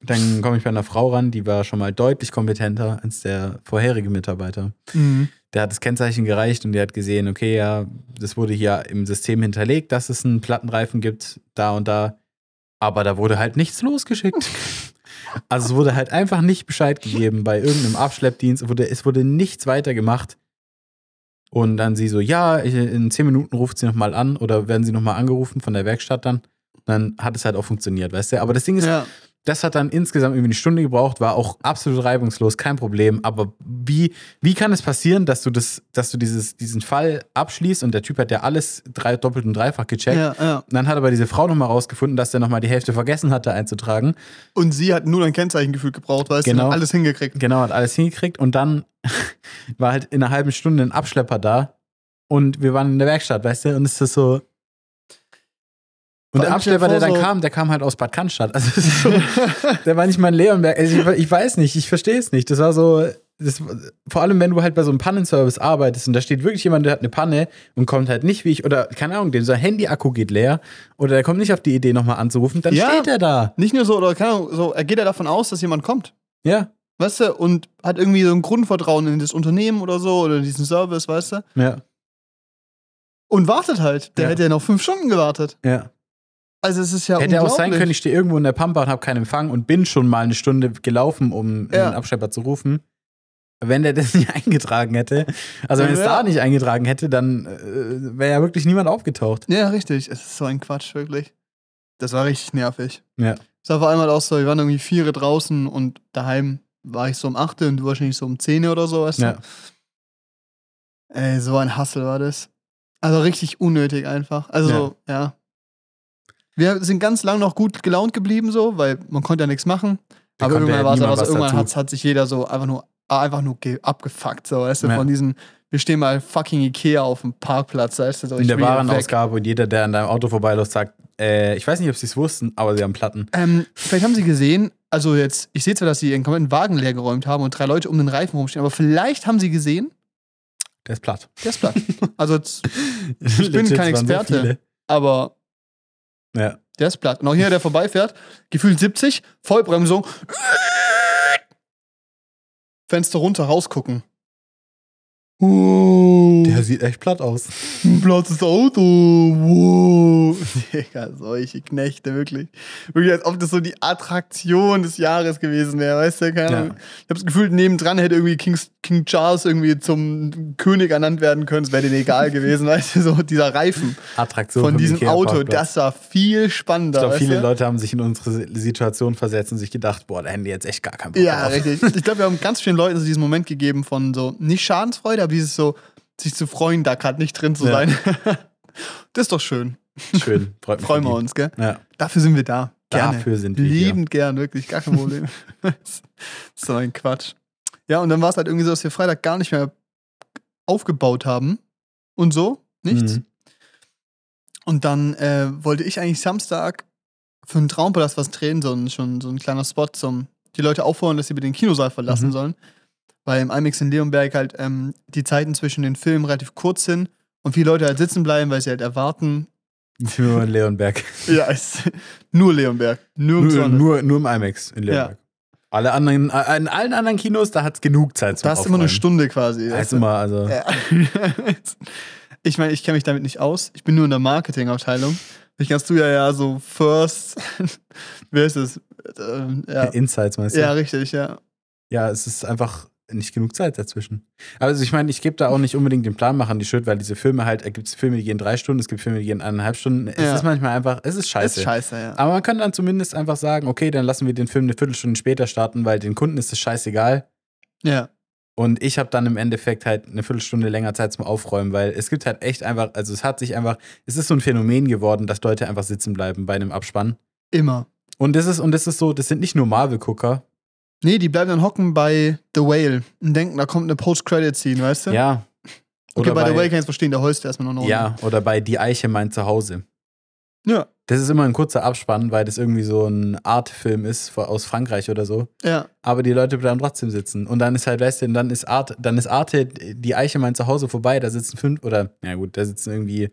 Speaker 2: Dann komme ich bei einer Frau ran, die war schon mal deutlich kompetenter als der vorherige Mitarbeiter.
Speaker 1: Mhm.
Speaker 2: Der hat das Kennzeichen gereicht und die hat gesehen, okay, ja, das wurde hier im System hinterlegt, dass es einen Plattenreifen gibt, da und da. Aber da wurde halt nichts losgeschickt. Also es wurde halt einfach nicht Bescheid gegeben bei irgendeinem Abschleppdienst. Es wurde, es wurde nichts weiter gemacht. Und dann sie so, ja, ich- in zehn Minuten ruft sie nochmal an oder werden sie nochmal angerufen von der Werkstatt dann. Dann hat es halt auch funktioniert, weißt du. Aber das Ding ist,
Speaker 1: Ja.
Speaker 2: das hat dann insgesamt irgendwie eine Stunde gebraucht, war auch absolut reibungslos, kein Problem. Aber wie, wie kann es passieren, dass du, das, dass du dieses, diesen Fall abschließt und der Typ hat ja alles drei, doppelt und dreifach gecheckt?
Speaker 1: Ja, ja.
Speaker 2: Und dann hat aber diese Frau nochmal rausgefunden, dass der nochmal die Hälfte vergessen hatte einzutragen.
Speaker 1: Und sie hat nur ein Kennzeichen gefühlt gebraucht, weißt du,
Speaker 2: Genau.
Speaker 1: und hat alles hingekriegt.
Speaker 2: Genau, hat alles hingekriegt und dann war halt in einer halben Stunde ein Abschlepper da und wir waren in der Werkstatt, weißt du, und es ist so. Und
Speaker 1: Vor
Speaker 2: der
Speaker 1: allem stell dir
Speaker 2: Abschlepper, der
Speaker 1: vor,
Speaker 2: dann
Speaker 1: so-
Speaker 2: kam, der kam halt aus Bad Cannstatt. Also es ist so, der war nicht mal in Leonberg. Also ich, ich weiß nicht, ich verstehe es nicht. Das war so. Das, vor allem, wenn du halt bei so einem Pannenservice arbeitest und da steht wirklich jemand, der hat eine Panne und kommt halt nicht wie ich, oder keine Ahnung, dem sein Handy-Akku geht leer oder der kommt nicht auf die Idee, nochmal anzurufen, dann
Speaker 1: Ja.
Speaker 2: steht er da.
Speaker 1: Nicht nur so, oder keine Ahnung, so, er geht ja davon aus, dass jemand kommt.
Speaker 2: Ja.
Speaker 1: Weißt du, und hat irgendwie so ein Grundvertrauen in das Unternehmen oder so, oder diesen Service, weißt du?
Speaker 2: Ja.
Speaker 1: Und wartet halt. Der
Speaker 2: Ja.
Speaker 1: hätte ja noch fünf Stunden gewartet.
Speaker 2: Ja.
Speaker 1: Also es ist ja
Speaker 2: Hätte auch
Speaker 1: unglaublich.
Speaker 2: sein können, ich stehe irgendwo in der Pampa und habe keinen Empfang und bin schon mal eine Stunde gelaufen, um
Speaker 1: Ja.
Speaker 2: einen Abschlepper zu rufen. Wenn der das nicht eingetragen hätte, also wenn es
Speaker 1: Ja.
Speaker 2: da nicht eingetragen hätte, dann äh, wäre ja wirklich niemand aufgetaucht.
Speaker 1: Ja, richtig. Es ist so ein Quatsch, wirklich. Das war richtig nervig.
Speaker 2: Ja.
Speaker 1: Es war vor allem halt auch so, wir waren irgendwie vier draußen und daheim war ich so um 8 und du wahrscheinlich so um 10 oder so, weißt
Speaker 2: Ja.
Speaker 1: du? Ey, so ein Hassel war das. Also richtig unnötig einfach. Also, ja. Wir sind ganz lang noch gut gelaunt geblieben, so, weil man konnte ja nichts machen.
Speaker 2: Da
Speaker 1: aber
Speaker 2: konnte
Speaker 1: irgendwann
Speaker 2: ja
Speaker 1: war es
Speaker 2: niemand
Speaker 1: aber so,
Speaker 2: was
Speaker 1: irgendwann
Speaker 2: dazu.
Speaker 1: hat, hat sich jeder so einfach nur, einfach nur ge- abgefuckt, so, weißt du,
Speaker 2: Ja.
Speaker 1: von diesen, wir stehen mal fucking Ikea auf dem Parkplatz, weißt du, so,
Speaker 2: In der
Speaker 1: will hier weg.
Speaker 2: Warenausgabe und jeder, der an deinem Auto vorbeiläuft, sagt, äh, ich weiß nicht, ob sie es wussten, aber sie haben Platten.
Speaker 1: Ähm, vielleicht haben Sie gesehen, also jetzt, ich sehe zwar, dass Sie Ihren kompletten Wagen leer geräumt haben und drei Leute um den Reifen rumstehen, aber vielleicht haben Sie gesehen,
Speaker 2: Der ist platt.
Speaker 1: der ist platt. also, jetzt,
Speaker 2: Ich
Speaker 1: bin kein Experte. aber
Speaker 2: ja.
Speaker 1: der ist platt. Und auch hier, der vorbeifährt, gefühlt 70, Vollbremsung. Fenster runter, rausgucken. Wow,
Speaker 2: Der sieht echt platt aus.
Speaker 1: ein plattes Auto. Wow. Digga, solche Knechte, wirklich. Wirklich, als ob das so die Attraktion des Jahres gewesen wäre, weißt du? Keine
Speaker 2: Ja.
Speaker 1: Ahnung. Ich habe das Gefühl, nebendran hätte irgendwie Kings, King Charles irgendwie zum König ernannt werden können. Es wäre denen egal gewesen, weißt du? So dieser Reifen
Speaker 2: Attraktion
Speaker 1: von
Speaker 2: vom
Speaker 1: diesem Auto.
Speaker 2: Ikea-Parkplatz.
Speaker 1: Das war viel spannender.
Speaker 2: ich glaube,
Speaker 1: weißt
Speaker 2: viele
Speaker 1: du?
Speaker 2: Leute haben sich in unsere Situation versetzt und sich gedacht, boah, da hätten die jetzt echt gar keinen Bock
Speaker 1: Ja,
Speaker 2: drauf.
Speaker 1: richtig. Ich glaube, wir haben ganz vielen Leuten so diesen Moment gegeben von so, nicht Schadensfreude, aber dieses so, sich zu freuen, da gerade nicht drin zu
Speaker 2: Ja.
Speaker 1: sein. das ist doch schön.
Speaker 2: Schön, freut mich.
Speaker 1: Freuen wir
Speaker 2: für die.
Speaker 1: uns, gell?
Speaker 2: Ja.
Speaker 1: Dafür sind wir da. Gerne.
Speaker 2: Dafür sind wir hier.
Speaker 1: Liebend gern, wirklich, gar kein Problem. so ein Quatsch. Ja, und dann war es halt irgendwie so, dass wir Freitag gar nicht mehr aufgebaut haben und so, nichts.
Speaker 2: Mhm.
Speaker 1: Und dann äh, wollte ich eigentlich Samstag für einen Traumpalast was drehen, so ein, schon so ein kleiner Spot zum die Leute auffordern, dass sie bitte den Kinosaal verlassen
Speaker 2: Mhm.
Speaker 1: sollen. Weil im IMAX in Leonberg halt ähm, die Zeiten zwischen den Filmen relativ kurz sind und viele Leute halt sitzen bleiben, weil sie halt erwarten.
Speaker 2: Sind wir mal in Leonberg.
Speaker 1: Ja, es, nur Leonberg. Nirgendwo
Speaker 2: nur,
Speaker 1: anders.
Speaker 2: nur, nur im IMAX in Leonberg. Alle anderen, äh, in allen anderen Kinos, da hat es genug Zeit zum
Speaker 1: Da hast du immer eine
Speaker 2: Aufräumen.
Speaker 1: Stunde quasi.
Speaker 2: Da ist immer, also,
Speaker 1: Ja. ich meine, ich kenne mich damit nicht aus. Ich bin nur in der Marketingabteilung. Vielleicht kannst du ja ja so First versus. Ähm, ja.
Speaker 2: Insights meinst du?
Speaker 1: ja, richtig, ja.
Speaker 2: ja, es ist einfach nicht genug Zeit dazwischen. Also ich meine, ich gebe da auch nicht unbedingt den Planmachern die Schuld, weil diese Filme halt, es gibt Filme, die gehen drei Stunden, es gibt Filme, die gehen eineinhalb Stunden. Es
Speaker 1: Ja.
Speaker 2: ist manchmal einfach, es ist scheiße.
Speaker 1: Ist scheiße, ja.
Speaker 2: Aber man kann dann zumindest einfach sagen, okay, dann lassen wir den Film eine Viertelstunde später starten, weil den Kunden ist es scheißegal.
Speaker 1: ja.
Speaker 2: Und ich habe dann im Endeffekt halt eine Viertelstunde länger Zeit zum Aufräumen, weil es gibt halt echt einfach, also es hat sich einfach, es ist so ein Phänomen geworden, dass Leute einfach sitzen bleiben bei einem Abspann.
Speaker 1: Immer.
Speaker 2: Und das ist, und das ist so, das sind nicht nur Marvel-Gucker.
Speaker 1: Nee, die bleiben dann hocken bei The Whale und denken, da kommt eine Post-Credit-Scene, weißt du?
Speaker 2: Ja.
Speaker 1: okay,
Speaker 2: Oder
Speaker 1: bei, The genau. Whale
Speaker 2: bei,
Speaker 1: kann ich es verstehen, da heulst du erstmal noch eine
Speaker 2: ja, oder bei Die Eiche mein Zuhause.
Speaker 1: Runde.
Speaker 2: Das ist immer ein kurzer Abspann, weil das irgendwie so ein Art-Film ist vor- aus Frankreich oder so.
Speaker 1: Ja, ja.
Speaker 2: aber die Leute bleiben trotzdem sitzen. Und dann ist halt, weißt du, dann ist Arte, dann ist Arte, die Eiche mein Zuhause vorbei, da sitzen fünf oder, ja gut, da sitzen irgendwie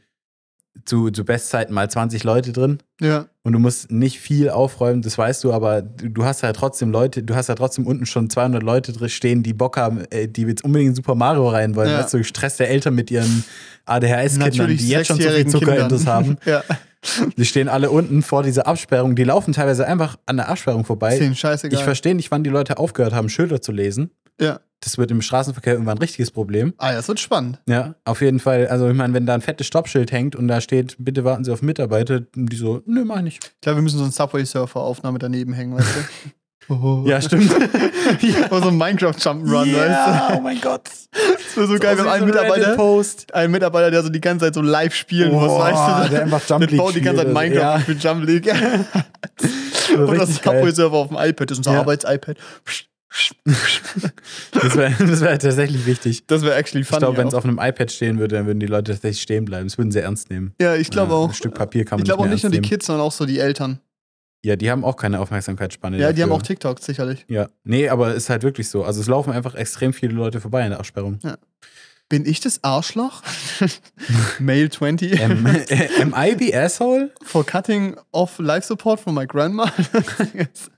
Speaker 2: zu, zu Bestzeiten mal 20 Leute drin.
Speaker 1: Ja,
Speaker 2: Und du musst nicht viel aufräumen, das weißt du, aber du, du hast halt trotzdem Leute, du hast halt trotzdem unten schon 200 Leute drin stehen, die Bock haben, äh, die jetzt unbedingt in Super Mario rein wollen.
Speaker 1: Ja.
Speaker 2: Weißt du, gestresste Eltern mit ihren ADHS-Kindern,
Speaker 1: natürlich
Speaker 2: die jetzt schon so viel
Speaker 1: sechsjährigen
Speaker 2: Zucker in
Speaker 1: Kindern.
Speaker 2: das haben.
Speaker 1: ja,
Speaker 2: Die stehen alle unten vor dieser Absperrung. Die laufen teilweise einfach an der Absperrung vorbei.
Speaker 1: ist denen
Speaker 2: Ich
Speaker 1: scheißegal.
Speaker 2: verstehe nicht, wann die Leute aufgehört haben, Schilder zu lesen.
Speaker 1: Ja.
Speaker 2: Das wird im Straßenverkehr irgendwann ein richtiges Problem.
Speaker 1: ah, das wird spannend.
Speaker 2: Ja, auf jeden Fall. Also, ich meine, wenn da ein fettes Stoppschild hängt und da steht, bitte warten Sie auf Mitarbeiter, und die so, nö, mach ich nicht.
Speaker 1: Ich glaube, wir müssen so einen Subway-Surfer-Aufnahme daneben hängen, weißt du? Oh.
Speaker 2: Ja, stimmt. ja.
Speaker 1: Oder so einen Minecraft-Jump-Run, weißt
Speaker 2: ja, oh mein Gott.
Speaker 1: du? Das wäre so geil, wenn
Speaker 2: So
Speaker 1: ein
Speaker 2: ein
Speaker 1: Mitarbeiter,
Speaker 2: Reddit-Post.
Speaker 1: ein Mitarbeiter, der so die ganze Zeit so live spielen muss,
Speaker 2: Boah,
Speaker 1: weißt du?
Speaker 2: der einfach Jump
Speaker 1: Mit
Speaker 2: League
Speaker 1: baut die ganze Zeit
Speaker 2: spielt.
Speaker 1: Minecraft
Speaker 2: Ja.
Speaker 1: mit Jump League. Und das
Speaker 2: Richtig geil.
Speaker 1: Subway-Surfer auf dem iPad, das ist unser
Speaker 2: Ja.
Speaker 1: Arbeits-iPad.
Speaker 2: Das wäre das wär tatsächlich wichtig.
Speaker 1: Das wäre actually funny.
Speaker 2: Ich glaube, wenn es
Speaker 1: auch.
Speaker 2: auf einem iPad stehen würde, dann würden die Leute tatsächlich stehen bleiben. Das würden sie ernst nehmen.
Speaker 1: ja, ich glaube
Speaker 2: Ja,
Speaker 1: auch.
Speaker 2: Ein Stück Papier kann man
Speaker 1: ich glaube auch
Speaker 2: mehr
Speaker 1: nicht nur die
Speaker 2: ernst nehmen.
Speaker 1: Kids, sondern auch so die Eltern.
Speaker 2: Ja, die haben auch keine Aufmerksamkeitsspanne.
Speaker 1: Ja, die haben
Speaker 2: dafür.
Speaker 1: auch TikTok, sicherlich.
Speaker 2: Ja, nee, aber ist halt wirklich so. Also es laufen einfach extrem viele Leute vorbei in der Absperrung.
Speaker 1: Bin ich das Arschloch? Male 20
Speaker 2: Am, Ähm, am I the asshole?
Speaker 1: for cutting off life support from my grandma.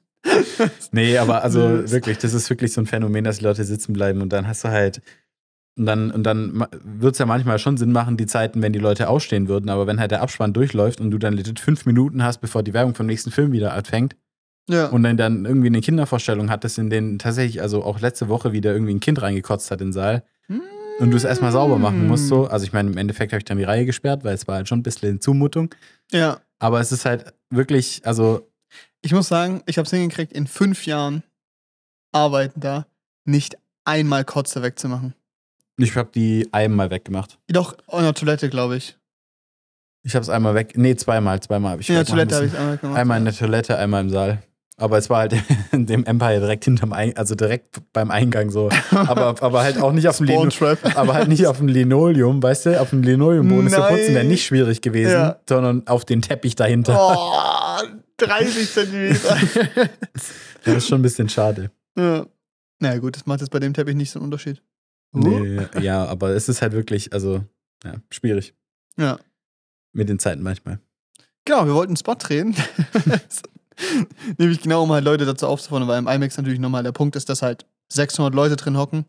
Speaker 2: Nee, aber also
Speaker 1: Nö.
Speaker 2: wirklich, das ist wirklich so ein Phänomen, dass die Leute sitzen bleiben und dann hast du halt und dann und dann wird es ja manchmal schon Sinn machen, die Zeiten, wenn die Leute ausstehen würden, aber wenn halt der Abspann durchläuft und du dann legit fünf Minuten hast, bevor die Werbung vom nächsten Film wieder anfängt
Speaker 1: ja.
Speaker 2: und dann, dann irgendwie eine Kindervorstellung hattest, in denen tatsächlich also auch letzte Woche wieder irgendwie ein Kind reingekotzt hat in den Saal und du es erstmal sauber machen musst so, also ich meine, im Endeffekt habe ich dann die Reihe gesperrt, weil es war halt schon ein bisschen Zumutung.
Speaker 1: Ja.
Speaker 2: Aber es ist halt wirklich, also,
Speaker 1: Ich muss sagen, ich habe es hingekriegt, in fünf Jahren arbeiten da nicht einmal Kotze wegzumachen.
Speaker 2: ich habe die einmal weggemacht.
Speaker 1: Doch, oh, in der Toilette, glaube ich.
Speaker 2: Ich habe es einmal weg, nee, zweimal, zweimal habe ich
Speaker 1: In der
Speaker 2: wegmachen
Speaker 1: Toilette habe ich es
Speaker 2: müssen.
Speaker 1: einmal gemacht.
Speaker 2: Einmal in der Toilette, einmal im Saal. Aber es war halt in dem Empire direkt hinterm Eingang, also direkt beim Eingang so. Aber, aber halt auch nicht auf dem
Speaker 1: Spawn
Speaker 2: Lino
Speaker 1: Trap.
Speaker 2: aber halt nicht auf dem Linoleum, weißt du? Auf dem Linoleumboden zu
Speaker 1: Nein.
Speaker 2: putzen wäre nicht schwierig gewesen,
Speaker 1: Ja.
Speaker 2: sondern auf den Teppich dahinter.
Speaker 1: Oh, 30 Zentimeter.
Speaker 2: Das ist schon ein bisschen schade.
Speaker 1: ja. Na gut, das macht jetzt bei dem Teppich nicht so einen Unterschied.
Speaker 2: Nee, ja, aber es ist halt wirklich, also, ja, schwierig
Speaker 1: Ja.
Speaker 2: mit den Zeiten manchmal.
Speaker 1: Genau, wir wollten einen Spot drehen. Nämlich genau, um halt Leute dazu aufzufordern, weil im IMAX natürlich nochmal der Punkt ist, dass halt 600 Leute drin hocken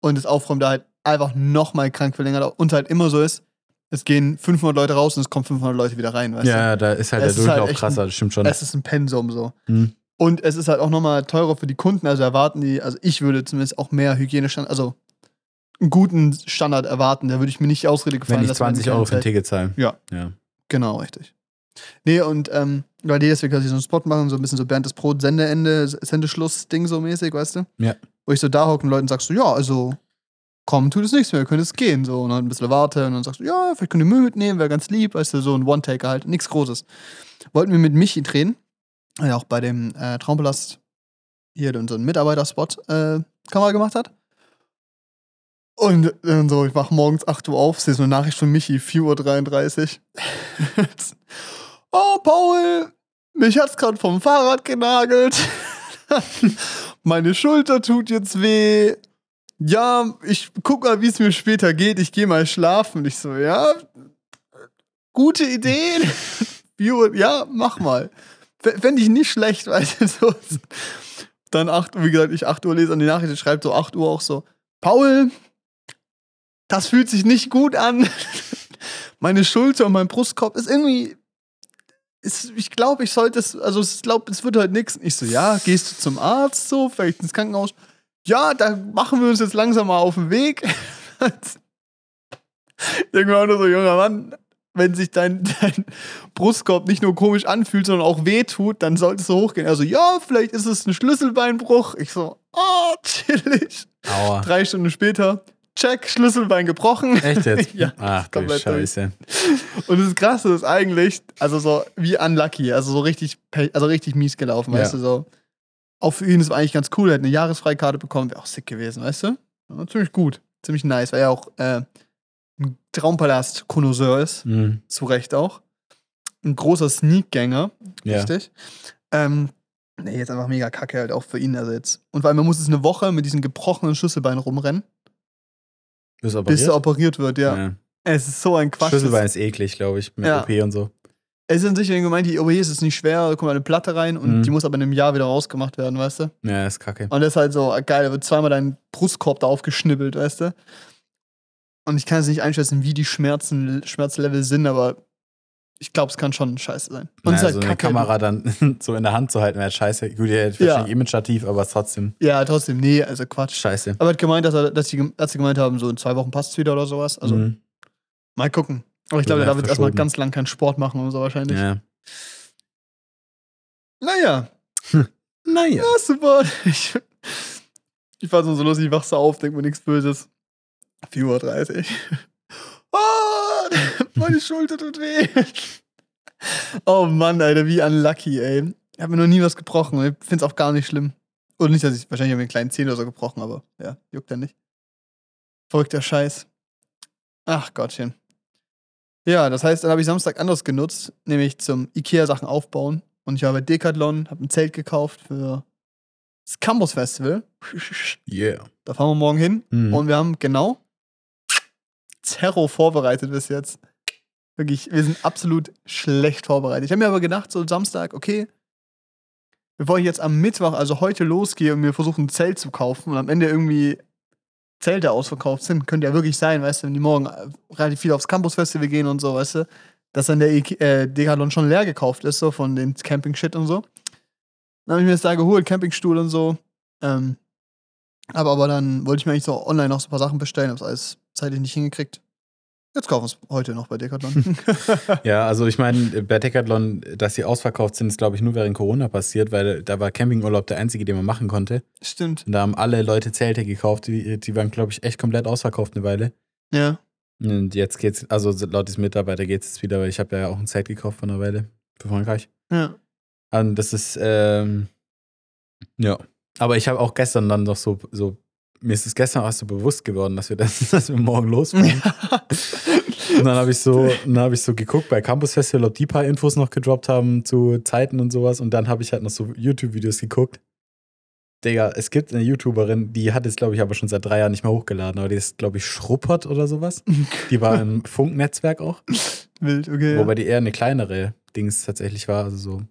Speaker 1: und das Aufräumen da halt einfach nochmal krank verlängert und halt immer so ist, es gehen 500 Leute raus und es kommen 500 Leute wieder rein, weißt
Speaker 2: Ja, da ist halt
Speaker 1: Es
Speaker 2: der
Speaker 1: ist halt
Speaker 2: Durchlauf
Speaker 1: echt
Speaker 2: krasser, das stimmt schon.
Speaker 1: du? Es ist ein Pensum so.
Speaker 2: Hm.
Speaker 1: Und es ist halt auch nochmal teurer für die Kunden, also erwarten die, also ich würde zumindest auch mehr Hygienestandard, also einen guten Standard erwarten, da würde ich mir nicht die Ausrede gefallen
Speaker 2: Wenn ich
Speaker 1: lassen, man
Speaker 2: 20
Speaker 1: keine
Speaker 2: Euro für ein
Speaker 1: Zeit-
Speaker 2: Ticket zahle.
Speaker 1: Ja.
Speaker 2: ja.
Speaker 1: Genau, richtig. Nee, und ähm, weil die deswegen quasi so einen Spot machen, so ein bisschen so Bernd das Brot, Sendeende, Sendeschluss-Ding so mäßig, weißt du?
Speaker 2: Ja.
Speaker 1: Wo ich so da hocke und Leuten sagst du, ja, also komm, tut es nichts mehr, wir können jetzt gehen. So, und dann ein bisschen warte und dann sagst du, ja, vielleicht können wir Müll mitnehmen, wäre ganz lieb, weißt du, so ein One-Taker halt, nichts Großes. Wollten wir mit Michi drehen, der ja auch bei dem äh, Traumpalast hier unseren Mitarbeiterspot äh, Kamera gemacht hat. Und dann so, ich wach morgens 8 Uhr auf, sehe so eine Nachricht von Michi, 4.33 Uhr. oh, Paul, mich hat's gerade vom Fahrrad genagelt. Meine Schulter tut jetzt weh. Ja, ich guck mal, wie es mir später geht. Ich gehe mal schlafen. Ich so, ja, gute Idee. 4 Uhr, ja, mach mal. Fände ich nicht schlecht, weißt du, so. Dann 8 Uhr, wie gesagt, ich 8 Uhr lese an die Nachricht, schreibt so 8 Uhr auch so, Paul, das fühlt sich nicht gut an. Meine Schulter und mein Brustkorb ist irgendwie, ist, ich glaube, ich sollte es, also ich glaube, es wird halt nichts. Ich so, ja, gehst du zum Arzt so, vielleicht ins Krankenhaus? Ja, da machen wir uns jetzt langsam mal auf den Weg. Irgendwann auch nur so, junger Mann, wenn sich dein, dein Brustkorb nicht nur komisch anfühlt, sondern auch wehtut, dann solltest du hochgehen. Also, ja, vielleicht ist es ein Schlüsselbeinbruch. Ich so, oh, chillig.
Speaker 2: Aua.
Speaker 1: Ah. Drei Stunden später, check, Schlüsselbein gebrochen.
Speaker 2: Echt jetzt?
Speaker 1: Ja,
Speaker 2: Ach du
Speaker 1: komplett durch.
Speaker 2: Scheiße.
Speaker 1: Und das Krasse ist eigentlich, also so wie unlucky, also so richtig, pe- also richtig mies gelaufen,
Speaker 2: Ja.
Speaker 1: weißt du, so. Auch für ihn ist eigentlich ganz cool, er hat eine Jahresfreikarte bekommen, wäre auch sick gewesen, weißt du? Ja, ziemlich gut, ziemlich nice, weil er auch äh, ein Traumpalast-Konnoisseur ist,
Speaker 2: Mhm.
Speaker 1: zu Recht auch. Ein großer Sneakgänger,
Speaker 2: Ja.
Speaker 1: richtig. Ähm, nee, jetzt einfach mega kacke halt auch für ihn, also jetzt. Und vor allem, man muss jetzt eine Woche mit diesem gebrochenen Schlüsselbein rumrennen,
Speaker 2: Bist du operiert?
Speaker 1: bis er operiert wird, ja. Es ist so ein Quatsch. das
Speaker 2: Schlüsselbein ist eklig, glaube ich, mit
Speaker 1: Ja.
Speaker 2: OP und so.
Speaker 1: Es ist an sich gemeint, die OB ist jetzt nicht schwer, da kommt eine Platte rein und
Speaker 2: Mhm.
Speaker 1: die muss aber in einem Jahr wieder rausgemacht werden, weißt du?
Speaker 2: Ja, ist kacke.
Speaker 1: Und das ist halt so, ah, geil, da wird zweimal dein Brustkorb da aufgeschnibbelt, weißt du? Und ich kann es nicht einschätzen, wie die Schmerzen, Schmerzlevel sind, aber ich glaube, es kann schon scheiße sein. Und
Speaker 2: Na,
Speaker 1: es ist halt
Speaker 2: so eine
Speaker 1: kacke.
Speaker 2: Kamera dann so in der Hand zu halten, wäre scheiße. Gut, ihr hättet
Speaker 1: Ja.
Speaker 2: wahrscheinlich Image-Stativ, aber trotzdem
Speaker 1: Ja, trotzdem, nee, also Quatsch.
Speaker 2: scheiße.
Speaker 1: Aber er hat gemeint, dass, er, dass die Ärzte gemeint haben, so in zwei Wochen passt es wieder oder sowas. Also
Speaker 2: Mhm.
Speaker 1: mal gucken. Aber ich glaube,
Speaker 2: Wird
Speaker 1: der darf jetzt erstmal
Speaker 2: verschoben.
Speaker 1: ganz lang keinen Sport machen und so wahrscheinlich.
Speaker 2: ja.
Speaker 1: Naja,
Speaker 2: Naja.
Speaker 1: Ja, super. Ich, ich fand's nur so lustig, ich wachst so auf, denk mir nichts Böses. 4.30 Uhr. Ah, meine Schulter tut weh. Oh Mann, Alter, wie unlucky, ey. Ich hab mir noch nie was gebrochen. und Ich find's auch gar nicht schlimm. Oder nicht, dass ich wahrscheinlich habe mir einen kleinen Zehen oder so gebrochen, aber ja, juckt ja nicht. Verrückter Scheiß. Ach Gottchen. Ja, das heißt, dann habe ich Samstag anders genutzt, nämlich zum Ikea-Sachen aufbauen. Und ich war bei Decathlon, habe ein Zelt gekauft für das Campus Festival.
Speaker 2: Yeah.
Speaker 1: Da fahren wir morgen hin.
Speaker 2: Mhm.
Speaker 1: Und wir haben genau Zerro vorbereitet bis jetzt. Wirklich, wir sind absolut schlecht vorbereitet. Ich habe mir aber gedacht, so Samstag, okay, bevor ich jetzt am Mittwoch, also heute losgehe und mir versuche, ein Zelt zu kaufen und am Ende irgendwie Zelte ausverkauft sind, könnte ja wirklich sein, weißt du, wenn die morgen äh, relativ viel aufs Campus-Festival gehen und so, weißt du, dass dann der Ike- äh, Decathlon schon leer gekauft ist, so von den Camping-Shit und so. Dann habe ich mir das da geholt, Campingstuhl und so. Ähm, aber, aber dann wollte ich mir eigentlich so online noch so ein paar Sachen bestellen, hab's alles zeitlich nicht hingekriegt. Jetzt kaufen wir es heute noch bei Decathlon.
Speaker 2: Ja, also ich meine, bei Decathlon, dass sie ausverkauft sind, ist glaube ich nur während Corona passiert, weil da war Campingurlaub der einzige, den man machen konnte.
Speaker 1: Stimmt.
Speaker 2: Und da haben alle Leute Zelte gekauft, die, die waren glaube ich echt komplett ausverkauft eine Weile.
Speaker 1: Ja.
Speaker 2: Und jetzt geht's, also laut diesem Mitarbeiter geht's jetzt wieder, weil ich habe ja auch ein Zelt gekauft von einer Weile für Frankreich.
Speaker 1: Ja.
Speaker 2: Und das ist, ähm, ja. Aber ich habe auch gestern dann noch so, so, mir ist es gestern auch so bewusst geworden, dass wir das, dass wir morgen losfahren. Und dann habe ich so, dann habe ich so geguckt bei Campus Festival, ob die paar Infos noch gedroppt haben zu Zeiten und sowas. Und dann habe ich halt noch so YouTube-Videos geguckt. Digga, es gibt eine YouTuberin, die hat jetzt, glaube ich, aber schon seit drei Jahren nicht mehr hochgeladen, aber die ist, glaube ich, Schruppert oder sowas. Die war im Funknetzwerk auch.
Speaker 1: Wild, okay.
Speaker 2: Wobei die eher eine kleinere Dings tatsächlich war, also so,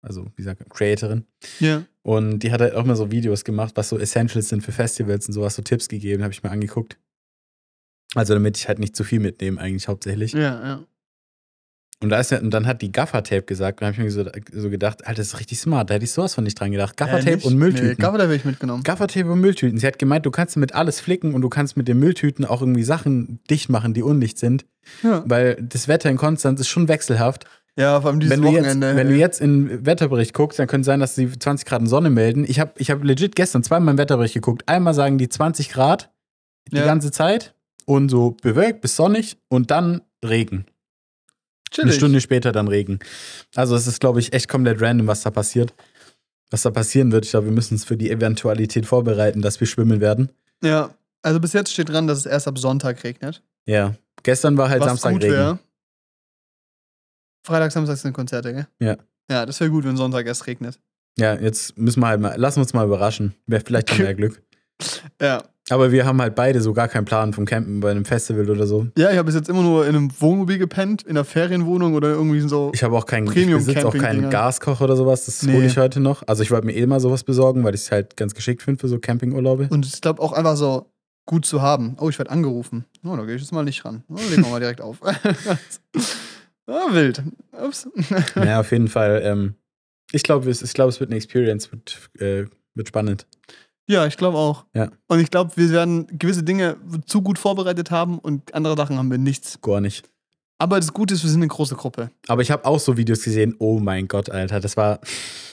Speaker 2: also wie gesagt, Creatorin.
Speaker 1: ja.
Speaker 2: Und die hat halt auch immer so Videos gemacht, was so Essentials sind für Festivals und sowas, so Tipps gegeben, habe ich mir angeguckt. Also damit ich halt nicht zu viel mitnehme, eigentlich hauptsächlich.
Speaker 1: Ja, ja.
Speaker 2: Und, da ist, ja- und dann hat die Gaffer-Tape gesagt, und da habe ich mir so, so gedacht, Alter, das ist richtig smart, da hätte ich sowas von nicht dran gedacht. Gaffer-Tape
Speaker 1: Ehrlich?
Speaker 2: und Mülltüten.
Speaker 1: Nee, Gaffertape habe ich mitgenommen.
Speaker 2: Gaffertape und Mülltüten. Sie hat gemeint, du kannst damit alles flicken und du kannst mit den Mülltüten auch irgendwie Sachen dicht machen, die undicht sind,
Speaker 1: Ja.
Speaker 2: weil das Wetter in Konstanz ist schon wechselhaft.
Speaker 1: ja, vor allem dieses
Speaker 2: wenn du, jetzt,
Speaker 1: Wochenende.
Speaker 2: wenn du jetzt in Wetterbericht guckst, dann könnte sein, dass sie 20 Grad in Sonne melden. Ich habe ich hab legit gestern zweimal im Wetterbericht geguckt. Einmal sagen die 20 Grad die
Speaker 1: Ja.
Speaker 2: ganze Zeit und so bewölkt bis sonnig und dann Regen. Eine
Speaker 1: Chillig.
Speaker 2: Stunde später dann Regen. Also es ist, glaube ich, echt komplett random, was da passiert. Was da passieren wird. Ich glaube, wir müssen uns für die Eventualität vorbereiten, dass wir schwimmen werden.
Speaker 1: Ja. Also bis jetzt steht dran, dass es erst ab Sonntag regnet.
Speaker 2: Ja. Gestern war halt
Speaker 1: was
Speaker 2: Samstag
Speaker 1: gut
Speaker 2: Regen.
Speaker 1: wäre. Freitag, Samstag sind Konzerte, gell?
Speaker 2: Ja.
Speaker 1: Ja, das wäre gut, wenn Sonntag erst regnet.
Speaker 2: Ja, jetzt müssen wir halt mal, lassen wir uns mal überraschen. Wer- Vielleicht haben wir ja Glück.
Speaker 1: Ja.
Speaker 2: Aber wir haben halt beide so gar keinen Plan vom Campen bei einem Festival oder so.
Speaker 1: Ja, ich habe bis jetzt immer nur in einem Wohnmobil gepennt, in einer Ferienwohnung oder irgendwie so.
Speaker 2: Ich habe auch keinen, ich
Speaker 1: Premium
Speaker 2: besitze auch keinen
Speaker 1: Camping-Dinger.
Speaker 2: Gaskocher oder sowas. Das
Speaker 1: Nee.
Speaker 2: hole ich heute noch. Also ich wollte mir eh mal sowas besorgen, weil ich es halt ganz geschickt finde für so Campingurlaube.
Speaker 1: Und ich glaube auch einfach so gut zu haben. Oh, ich werde angerufen. Oh, da gehe ich jetzt mal nicht ran. Oh, legen wir mal direkt auf. ah, wild. Ups.
Speaker 2: naja, auf jeden Fall. Ähm, ich glaube, es, ich glaub, es wird eine Experience, wird, äh, wird spannend.
Speaker 1: Ja, ich glaube auch.
Speaker 2: Ja.
Speaker 1: Und ich glaube, wir werden gewisse Dinge zu gut vorbereitet haben und andere Sachen haben wir nichts.
Speaker 2: Gar nicht.
Speaker 1: Aber das Gute ist, wir sind eine große Gruppe.
Speaker 2: Aber ich habe auch so Videos gesehen, oh mein Gott, Alter, das war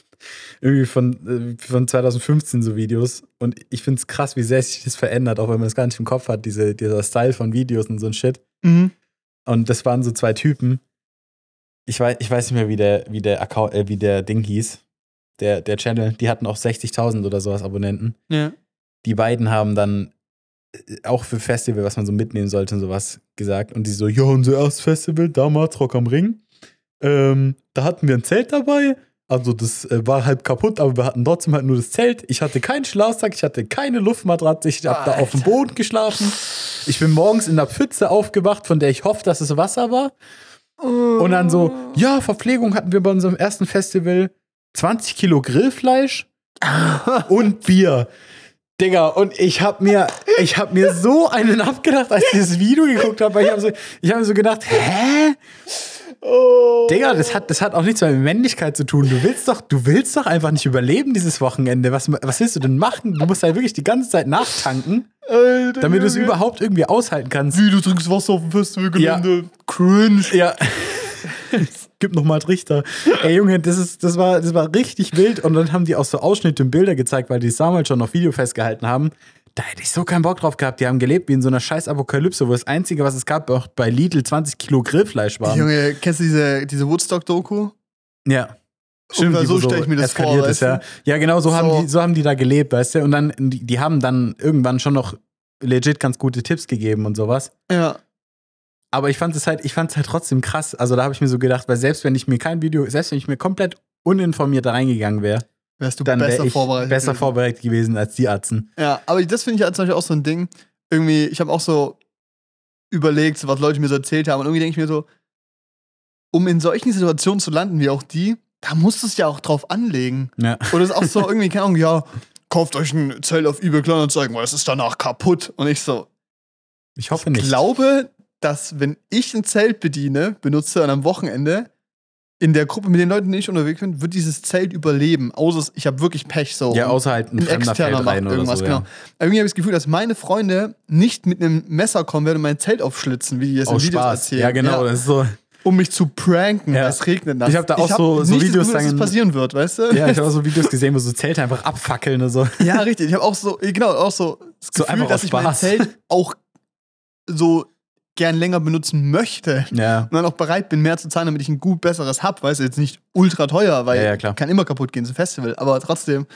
Speaker 2: irgendwie von, äh, von 2015 so Videos. Und ich finde es krass, wie sehr sich das verändert, auch wenn man es gar nicht im Kopf hat, diese, dieser Style von Videos und so ein Shit.
Speaker 1: Mhm.
Speaker 2: Und das waren so zwei Typen. Ich weiß, ich weiß nicht mehr, wie der, wie der Account, äh, wie der Ding hieß. Der, der Channel, die hatten auch 60.000 oder sowas Abonnenten.
Speaker 1: Ja.
Speaker 2: Die beiden haben dann äh, auch für Festival, was man so mitnehmen sollte und sowas gesagt. Und die so, ja, unser erstes Festival, damals Rock am Ring. Ähm, da hatten wir ein Zelt dabei. Also das äh, war halb kaputt, aber wir hatten trotzdem halt nur das Zelt. Ich hatte keinen Schlafsack, ich hatte keine Luftmatratze, ich habe da auf dem
Speaker 1: Alter.
Speaker 2: Boden geschlafen. Ich bin morgens in einer Pfütze aufgewacht, von der ich hoffe, dass es Wasser war. Und dann so, ja, Verpflegung hatten wir bei unserem ersten Festival 20 Kilo Grillfleisch und Bier. Digga, und ich hab mir, ich hab mir so einen abgedacht, als ich das Video geguckt habe, weil ich hab so, ich hab mir so gedacht, hä? Digga, das hat, das hat auch nichts mehr mit Männlichkeit zu tun. Du willst doch, du willst doch einfach nicht überleben dieses Wochenende. Was, was willst du denn machen? Du musst halt wirklich die ganze Zeit nachtanken,
Speaker 1: Alter,
Speaker 2: damit du es
Speaker 1: Junge.
Speaker 2: überhaupt irgendwie aushalten kannst.
Speaker 1: Wie, du trinkst Wasser auf dem Festivalgelände. Cringe.
Speaker 2: Ja. Gib noch mal Trichter. Ey Junge, das ist das war das war richtig wild und dann haben die auch so Ausschnitte und Bilder gezeigt, weil die es damals schon auf Video festgehalten haben. Da hätte ich so keinen Bock drauf gehabt. Die haben gelebt wie in so einer scheiß Apokalypse, wo das einzige, was es gab, auch bei Lidl 20 Kilo Grillfleisch waren.
Speaker 1: Junge, kennst du diese, diese Woodstock-Doku?
Speaker 2: Ja.
Speaker 1: Ungefähr
Speaker 2: die
Speaker 1: so
Speaker 2: wo
Speaker 1: stell ich mir das vor,
Speaker 2: eskaliert
Speaker 1: weißt
Speaker 2: ist, ja.
Speaker 1: du?
Speaker 2: ja, genau, so,
Speaker 1: So.
Speaker 2: Haben die, so haben die da gelebt, weißt du? Und dann, die, die haben dann irgendwann schon noch legit ganz gute Tipps gegeben und sowas.
Speaker 1: Ja.
Speaker 2: Aber ich fand es halt, ich fand es halt trotzdem krass. Also da habe ich mir so gedacht, weil selbst wenn ich mir kein Video, selbst wenn ich mir komplett uninformiert da reingegangen wäre,
Speaker 1: Wärst du
Speaker 2: dann
Speaker 1: besser
Speaker 2: wäre ich
Speaker 1: vorbereitet.
Speaker 2: besser
Speaker 1: gewesen.
Speaker 2: vorbereitet gewesen als die Atzen.
Speaker 1: Ja, aber das finde ich ja zum Beispiel auch so ein Ding. Irgendwie, ich habe auch so überlegt, so was Leute mir so erzählt haben. Und irgendwie denke ich mir so, um in solchen Situationen zu landen wie auch die, da musst du es ja auch drauf anlegen.
Speaker 2: Ja.
Speaker 1: Oder es ist auch so irgendwie, keine Ahnung, ja, kauft euch ein Zelt auf eBay Kleinanzeigen, weil es ist danach kaputt. Und ich so,
Speaker 2: Ich hoffe nicht.
Speaker 1: glaube, dass wenn ich ein Zelt bediene, benutze an einem Wochenende, in der Gruppe mit den Leuten, die ich unterwegs bin, wird dieses Zelt überleben. Außer es- ich habe wirklich Pech so.
Speaker 2: ja, außer halt ein,
Speaker 1: ein
Speaker 2: fremder
Speaker 1: externer
Speaker 2: Feld
Speaker 1: macht
Speaker 2: rein oder
Speaker 1: irgendwas,
Speaker 2: so.
Speaker 1: genau.
Speaker 2: Ja.
Speaker 1: Aber irgendwie habe ich das Gefühl, dass meine Freunde nicht mit einem Messer kommen werden und mein Zelt aufschlitzen, wie die das in
Speaker 2: Aus
Speaker 1: Videos
Speaker 2: Spaß.
Speaker 1: erzählen.
Speaker 2: Ja,
Speaker 1: Ja,
Speaker 2: genau. Das ist so.
Speaker 1: um mich zu pranken,
Speaker 2: Ja.
Speaker 1: es regnet nass.
Speaker 2: Ich habe da auch
Speaker 1: hab
Speaker 2: so- so
Speaker 1: nicht das
Speaker 2: Videos
Speaker 1: Gefühl, dass es
Speaker 2: dann-
Speaker 1: passieren wird, weißt du?
Speaker 2: Ja, ich habe auch so Videos gesehen, wo so Zelte einfach abfackeln und so.
Speaker 1: Ja, richtig. Ich habe auch so, genau, auch so das
Speaker 2: So
Speaker 1: Gefühl,
Speaker 2: einfach
Speaker 1: dass
Speaker 2: aus
Speaker 1: ich mein
Speaker 2: Spaß.
Speaker 1: Zelt auch so gern länger benutzen möchte.
Speaker 2: Ja.
Speaker 1: Und dann auch bereit bin, mehr zu zahlen, damit ich ein gut besseres hab. Weißt du, jetzt nicht ultra teuer, weil
Speaker 2: Ja, ja, klar.
Speaker 1: kann immer kaputt gehen, so ein Festival. Aber trotzdem,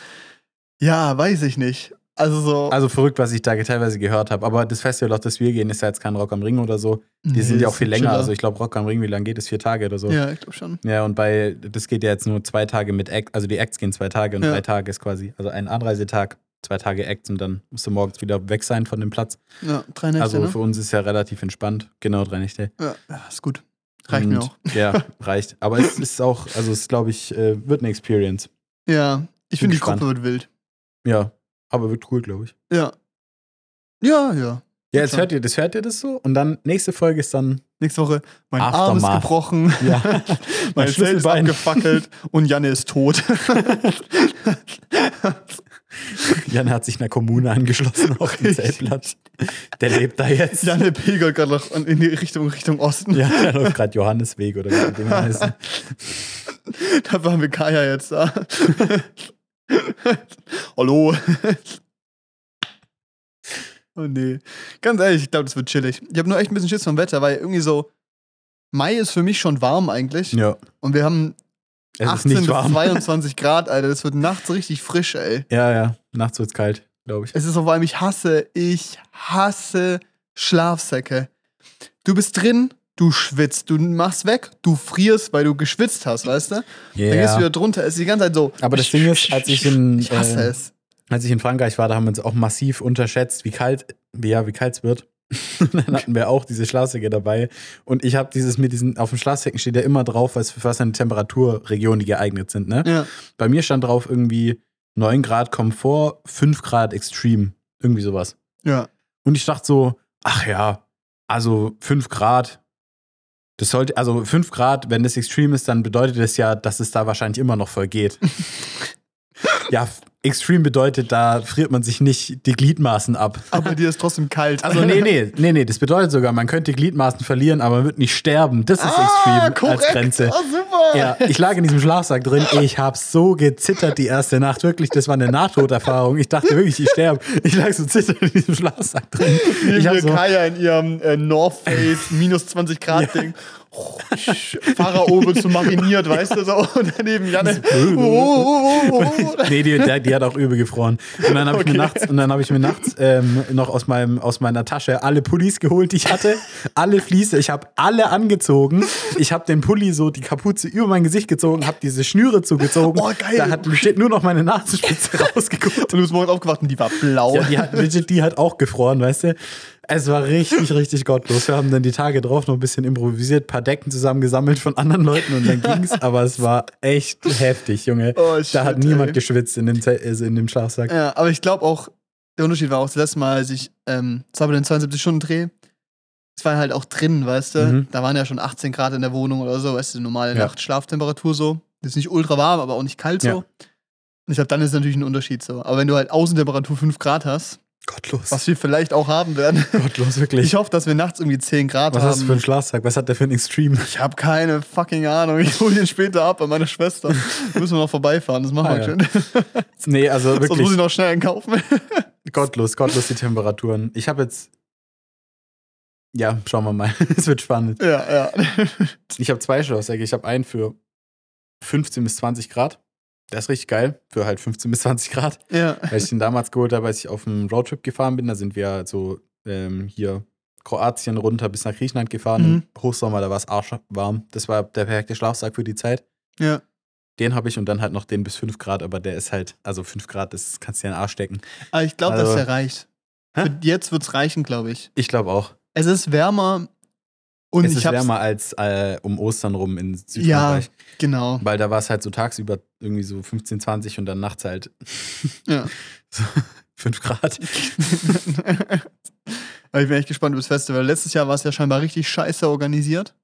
Speaker 1: ja, weiß ich nicht. Also so.
Speaker 2: Also verrückt, was ich da teilweise gehört habe. Aber das Festival, auf das wir gehen, ist ja jetzt kein Rock am Ring oder so. Die
Speaker 1: Nee,
Speaker 2: sind ja auch
Speaker 1: ist
Speaker 2: viel
Speaker 1: ein
Speaker 2: länger.
Speaker 1: Chiller.
Speaker 2: Also ich glaube, Rock am Ring, wie lange geht es? Vier Tage oder so.
Speaker 1: ja, ich glaube schon.
Speaker 2: Ja, und bei, das geht ja jetzt nur zwei Tage mit Act, also die Acts gehen zwei Tage und
Speaker 1: Ja.
Speaker 2: drei Tage ist quasi, also ein Anreisetag, zwei Tage Acts und dann musst du morgens wieder weg sein von dem Platz.
Speaker 1: Ja, drei Nächte,
Speaker 2: also
Speaker 1: ne?
Speaker 2: für uns ist ja relativ entspannt, genau drei Nächte.
Speaker 1: Ja, ja, ist gut. Reicht mir
Speaker 2: Und-
Speaker 1: auch.
Speaker 2: Ja, reicht. Aber es ist auch, also es glaube ich, äh, wird eine Experience.
Speaker 1: Ja, ich
Speaker 2: Bin
Speaker 1: finde, die
Speaker 2: gespannt.
Speaker 1: Gruppe wird wild.
Speaker 2: Ja, aber wird cool, glaube ich.
Speaker 1: Ja. Ja, ja.
Speaker 2: Ja, jetzt
Speaker 1: schon.
Speaker 2: hört ihr das, hört ihr das so und dann nächste Folge ist dann,
Speaker 1: Nächste Woche, mein Arm
Speaker 2: Aftermath.
Speaker 1: ist gebrochen,
Speaker 2: ja,
Speaker 1: mein Zelt ist
Speaker 2: Schlüsselbein.
Speaker 1: abgefackelt und Janne ist tot.
Speaker 2: Jan hat sich einer Kommune angeschlossen auf dem
Speaker 1: Richtig.
Speaker 2: Zeltplatz. Der lebt da jetzt.
Speaker 1: Janne pilgert gerade noch in die Richtung, Richtung Osten.
Speaker 2: Ja, da läuft gerade Johannesweg oder wie das Ding heißt.
Speaker 1: Da waren wir Kaya jetzt da. Hallo. oh nee. Ganz ehrlich, ich glaube, das wird chillig. Ich habe nur echt ein bisschen Schiss vom Wetter, weil irgendwie so Mai ist für mich schon warm eigentlich.
Speaker 2: Ja,
Speaker 1: Und wir haben
Speaker 2: es
Speaker 1: 18
Speaker 2: ist nicht
Speaker 1: bis
Speaker 2: warm.
Speaker 1: 22 Grad, Alter. Das wird nachts richtig frisch, ey.
Speaker 2: Ja, ja, nachts wird's kalt, glaube ich.
Speaker 1: Es ist auch, vor allem, ich hasse, ich hasse Schlafsäcke. Du bist drin, du schwitzt, du machst weg, du frierst, weil du geschwitzt hast, weißt du? Dann gehst du wieder drunter, es ist die ganze Zeit so.
Speaker 2: Aber das Ding ist, als ich in,
Speaker 1: Ich hasse
Speaker 2: äh,
Speaker 1: es.
Speaker 2: als ich in Frankreich war, da haben wir uns auch massiv unterschätzt, wie kalt, wie, ja, wie kalt es wird. Und dann hatten wir auch diese Schlafsäcke dabei. Und ich habe dieses mit diesen, auf dem Schlafsäcken steht ja immer drauf, was für was eine Temperaturregion die geeignet sind. Ne?
Speaker 1: Ja.
Speaker 2: Bei mir stand drauf irgendwie 9 Grad Komfort, 5 Grad Extreme. Irgendwie sowas.
Speaker 1: Ja.
Speaker 2: Und ich dachte so, ach ja, also 5 Grad. Das sollte, also 5 Grad, wenn das Extreme ist, dann bedeutet das ja, dass es da wahrscheinlich immer noch voll geht. ja, Extreme bedeutet, da friert man sich nicht die Gliedmaßen ab.
Speaker 1: Aber dir ist trotzdem kalt.
Speaker 2: Also nee, nee, nee, nee, das bedeutet sogar, man könnte Gliedmaßen verlieren, aber man wird nicht sterben. Das ist
Speaker 1: Ah,
Speaker 2: extrem als Grenze.
Speaker 1: Ah, super.
Speaker 2: Ja, ich lag in diesem Schlafsack drin. Ich habe so gezittert die erste Nacht. Wirklich, das war eine Nahtoderfahrung. Ich dachte wirklich, ich sterbe. Ich lag so zitternd in diesem Schlafsack drin.
Speaker 1: Wie
Speaker 2: Ich hab
Speaker 1: hier
Speaker 2: so,
Speaker 1: Kaya in ihrem äh, North Face minus 20 Grad Ding. Oh, sch- Pharao wird so mariniert, weißt du so. Und daneben Janne. Oh, oh, oh, oh, oh.
Speaker 2: nee, die, der, die hat auch übel gefroren. Und dann habe ich mir nachts, und dann hab ich mir nachts ähm, noch aus, meinem, aus meiner Tasche alle Pullis geholt, die ich hatte. Alle Fließe. Ich habe alle angezogen. Ich habe den Pulli so, die Kapuze über mein Gesicht gezogen, habe diese Schnüre zugezogen.
Speaker 1: Oh, geil.
Speaker 2: Da hat steht nur noch meine Nasenspitze rausgeguckt.
Speaker 1: oh. Und du bist morgens aufgewacht und die war blau.
Speaker 2: Ja, die hat, legit, die hat auch gefroren, weißt du? Es war richtig, richtig gottlos. Wir haben dann die Tage drauf noch ein bisschen improvisiert, paar Decken zusammengesammelt von anderen Leuten und dann ging's. Aber es war echt heftig, Junge.
Speaker 1: Oh,
Speaker 2: da hat
Speaker 1: shit,
Speaker 2: niemand
Speaker 1: ey.
Speaker 2: geschwitzt in dem, Zelt- also in dem Schlafsack.
Speaker 1: Ja, Äh, aber ich glaube auch, der Unterschied war auch das letzte Mal, als ich, ähm, das war bei den 72-Stunden-Dreh, es war halt auch drin, weißt du?
Speaker 2: Mhm.
Speaker 1: Da waren ja schon 18 Grad in der Wohnung oder so, weißt du, die normale
Speaker 2: Ja.
Speaker 1: Nachtschlaftemperatur so. Ist nicht ultra warm, aber auch nicht kalt so.
Speaker 2: Ja.
Speaker 1: Und ich glaube, dann ist natürlich ein Unterschied so. Aber wenn du halt Außentemperatur 5 Grad hast,
Speaker 2: Gottlos.
Speaker 1: was wir vielleicht auch haben werden,
Speaker 2: Gottlos, wirklich.
Speaker 1: ich hoffe, dass wir nachts irgendwie 10 Grad
Speaker 2: was hast du für
Speaker 1: haben.
Speaker 2: einen Schlafsack? Was hat der für einen Extreme?
Speaker 1: Ich habe keine fucking Ahnung. Ich hole den später ab bei meiner Schwester. Müssen wir noch vorbeifahren, das machen
Speaker 2: Ah,
Speaker 1: wir
Speaker 2: ja.
Speaker 1: schön.
Speaker 2: Nee, also
Speaker 1: Sonst
Speaker 2: wirklich.
Speaker 1: muss ich noch schnell einen kaufen.
Speaker 2: Gottlos, gottlos die Temperaturen. Ich habe jetzt. Ja, schauen wir mal. Es wird spannend.
Speaker 1: ja, ja.
Speaker 2: Ich habe zwei Schlafsäcke. Ich habe einen für 15 bis 20 Grad. Der ist richtig geil. Für halt 15 bis 20 Grad.
Speaker 1: Ja.
Speaker 2: Weil ich den damals geholt habe, als ich auf dem Roadtrip gefahren bin. Da sind wir so ähm, hier Kroatien runter bis nach Griechenland gefahren.
Speaker 1: Mhm.
Speaker 2: Im Hochsommer, da war es arschwarm. Das war der perfekte Schlafsack für die Zeit.
Speaker 1: Ja.
Speaker 2: Den habe ich und dann halt noch den bis 5 Grad, aber der ist halt, also 5 Grad, das kannst du dir in den Arsch stecken.
Speaker 1: Aber Ah, ich glaube,
Speaker 2: Also-
Speaker 1: dass der reicht.
Speaker 2: Hä?
Speaker 1: Für jetzt wird es reichen, glaube ich.
Speaker 2: Ich glaube auch.
Speaker 1: Es ist wärmer und
Speaker 2: es
Speaker 1: ich
Speaker 2: ist
Speaker 1: hab's,
Speaker 2: wärmer als äh, um Ostern rum in
Speaker 1: Ja,
Speaker 2: Südfrankreich.
Speaker 1: genau.
Speaker 2: Weil da war es halt so tagsüber irgendwie so 15, 20 und dann nachts halt
Speaker 1: Ja.
Speaker 2: so 5 Grad.
Speaker 1: Aber ich bin echt gespannt übers Festival. Letztes Jahr war es ja scheinbar richtig scheiße organisiert.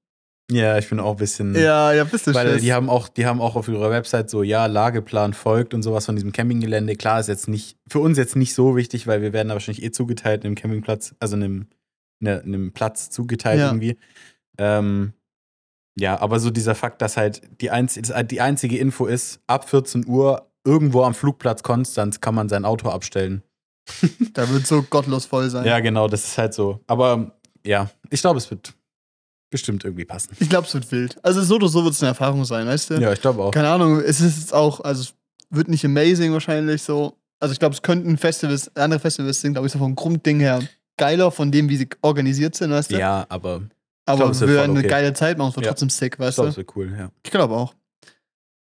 Speaker 2: Ja, ich bin auch ein bisschen.
Speaker 1: Ja, ja, bist du
Speaker 2: Hm. Weil
Speaker 1: scheiße.
Speaker 2: die haben auch, die haben auch auf ihrer Website so, ja, Lageplan folgt und sowas von diesem Campinggelände. Klar, ist jetzt nicht, für uns jetzt nicht so wichtig, weil wir werden da wahrscheinlich eh zugeteilt einem Campingplatz, also einem, ne, einem Platz zugeteilt
Speaker 1: Ja.
Speaker 2: irgendwie. Ähm, ja, aber so dieser Fakt, dass halt die, einz das- die einzige Info ist, ab 14 Uhr irgendwo am Flugplatz Konstanz kann man sein Auto abstellen.
Speaker 1: da wird so gottlos voll sein.
Speaker 2: Ja, genau, das ist halt so. Aber ja, ich glaube, es wird bestimmt irgendwie passen.
Speaker 1: Ich glaube, es wird wild. Also so oder so wird es eine Erfahrung sein, weißt du?
Speaker 2: Ja, ich glaube auch.
Speaker 1: Keine Ahnung, es ist jetzt auch, also es wird nicht amazing wahrscheinlich so. Also ich glaube, es könnten Festivals, andere Festivals sind, glaube ich, so vom Grundding her geiler von dem, wie sie organisiert sind, weißt du?
Speaker 2: Ja, aber
Speaker 1: Aber
Speaker 2: glaub, es
Speaker 1: wir
Speaker 2: wird
Speaker 1: werden
Speaker 2: voll
Speaker 1: eine
Speaker 2: okay.
Speaker 1: geile Zeit machen, es wird
Speaker 2: Ja.
Speaker 1: trotzdem sick,
Speaker 2: ich
Speaker 1: weißt
Speaker 2: glaube,
Speaker 1: du?
Speaker 2: es wird cool, ja.
Speaker 1: Ich glaube auch.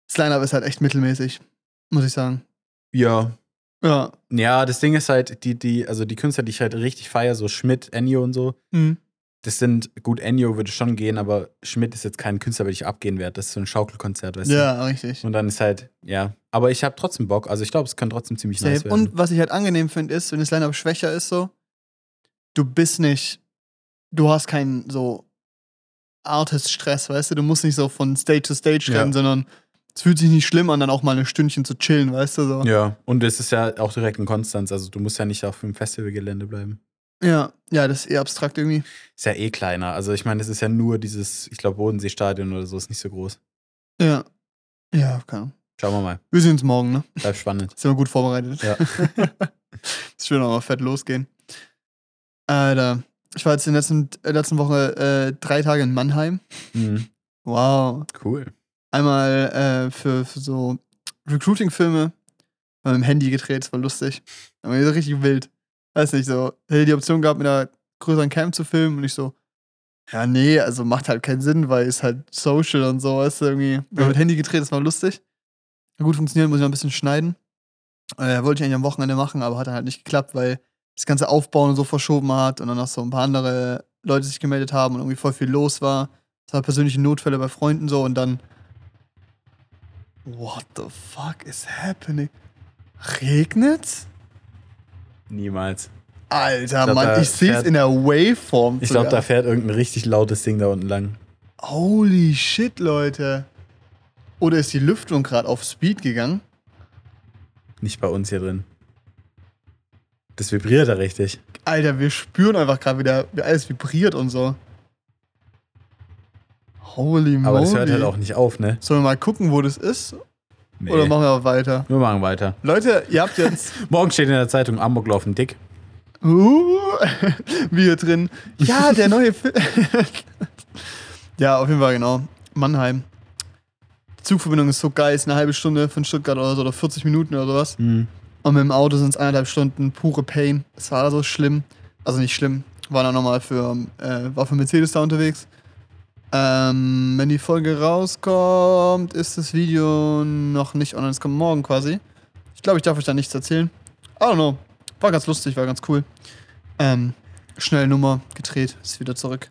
Speaker 1: Das Line-Up ist halt echt mittelmäßig, muss ich sagen.
Speaker 2: Ja,
Speaker 1: Ja.
Speaker 2: Ja, das Ding ist halt, die, die, also die Künstler, die ich halt richtig feiere, so Schmidt, Ennio und so,
Speaker 1: Mhm.
Speaker 2: das sind, gut, Ennio würde schon gehen, aber Schmidt ist jetzt kein Künstler, weil ich abgehen werde. Das ist so ein Schaukelkonzert, weißt
Speaker 1: Ja, richtig.
Speaker 2: du? Und dann ist halt, ja. Aber ich habe trotzdem Bock. Also ich glaube, es kann trotzdem ziemlich nice
Speaker 1: Safe.
Speaker 2: werden.
Speaker 1: Und was ich halt angenehm finde, ist, wenn das Line-Up schwächer ist, so, du bist nicht, du hast keinen so Artist-Stress, weißt du? Du musst nicht so von Stage zu Stage
Speaker 2: Ja.
Speaker 1: rennen, sondern es fühlt sich nicht schlimm an, dann auch mal ein Stündchen zu chillen, weißt du? So.
Speaker 2: ja, und es ist ja auch direkt in Konstanz. Also du musst ja nicht auf dem Festivalgelände bleiben.
Speaker 1: ja. Ja, das ist eher abstrakt irgendwie.
Speaker 2: Ist ja eh kleiner. Also ich meine, es ist ja nur dieses, ich glaube, Bodenseestadion oder so, ist nicht so groß.
Speaker 1: Ja. Ja, keine Ahnung.
Speaker 2: Schauen wir mal.
Speaker 1: Wir sehen uns morgen, ne?
Speaker 2: Bleibt spannend.
Speaker 1: Sind wir gut vorbereitet.
Speaker 2: Ja.
Speaker 1: Ist schön, aber fett losgehen. Alter, ich war jetzt in der letzten, äh, letzten Woche äh, drei Tage in Mannheim.
Speaker 2: Mhm.
Speaker 1: Wow.
Speaker 2: Cool.
Speaker 1: Einmal äh, für, für so Recruiting-Filme mit dem Handy gedreht, das war lustig. Aber so richtig wild. Weiß nicht, so, hätte die Option gehabt, mit einer größeren Cam zu filmen und ich so, ja, nee, also macht halt keinen Sinn, weil ist halt Social und so, weißt du, irgendwie. Wir haben mit Handy gedreht, das war lustig. Hat gut funktioniert, muss ich noch ein bisschen schneiden. Äh, wollte ich eigentlich am Wochenende machen, aber hat dann halt nicht geklappt, weil das ganze Aufbauen und so verschoben hat und dann noch so ein paar andere Leute sich gemeldet haben und irgendwie voll viel los war. Es war persönliche Notfälle bei Freunden so und dann. What the fuck is happening? Regnet's?
Speaker 2: Niemals.
Speaker 1: Alter,
Speaker 2: glaub, da
Speaker 1: Mann, ich sehe es
Speaker 2: fährt-
Speaker 1: in der Waveform.
Speaker 2: Ich glaube,
Speaker 1: sogar.
Speaker 2: da fährt irgendein richtig lautes Ding da unten lang.
Speaker 1: Holy shit, Leute. Oder ist die Lüftung gerade auf Speed gegangen?
Speaker 2: Nicht bei uns hier drin. Das vibriert da richtig.
Speaker 1: Alter, wir spüren einfach gerade wieder, wie alles vibriert und so. Holy moly.
Speaker 2: Aber das hört halt auch nicht auf, ne?
Speaker 1: Sollen wir mal gucken, wo das ist?
Speaker 2: Nee.
Speaker 1: Oder machen wir auch weiter?
Speaker 2: wir machen weiter.
Speaker 1: Leute, ihr habt jetzt.
Speaker 2: Morgen steht in der Zeitung Amok laufen dick.
Speaker 1: Uh, wie hier drin. Ja, der neue Film. ja, auf jeden Fall, genau. Mannheim. Die Zugverbindung ist so geil, ist eine halbe Stunde von Stuttgart oder so, oder 40 Minuten oder sowas. Und mit dem Auto sind es eineinhalb Stunden pure Pain. Es war so schlimm. Also nicht schlimm. War dann nochmal für, äh, war für Mercedes da unterwegs. Ähm, wenn die Folge rauskommt, ist das Video noch nicht online. Es kommt morgen quasi. Ich glaube, ich darf euch da nichts erzählen. I don't know. War ganz lustig, war ganz cool. Ähm, schnell Nummer gedreht, ist wieder zurück.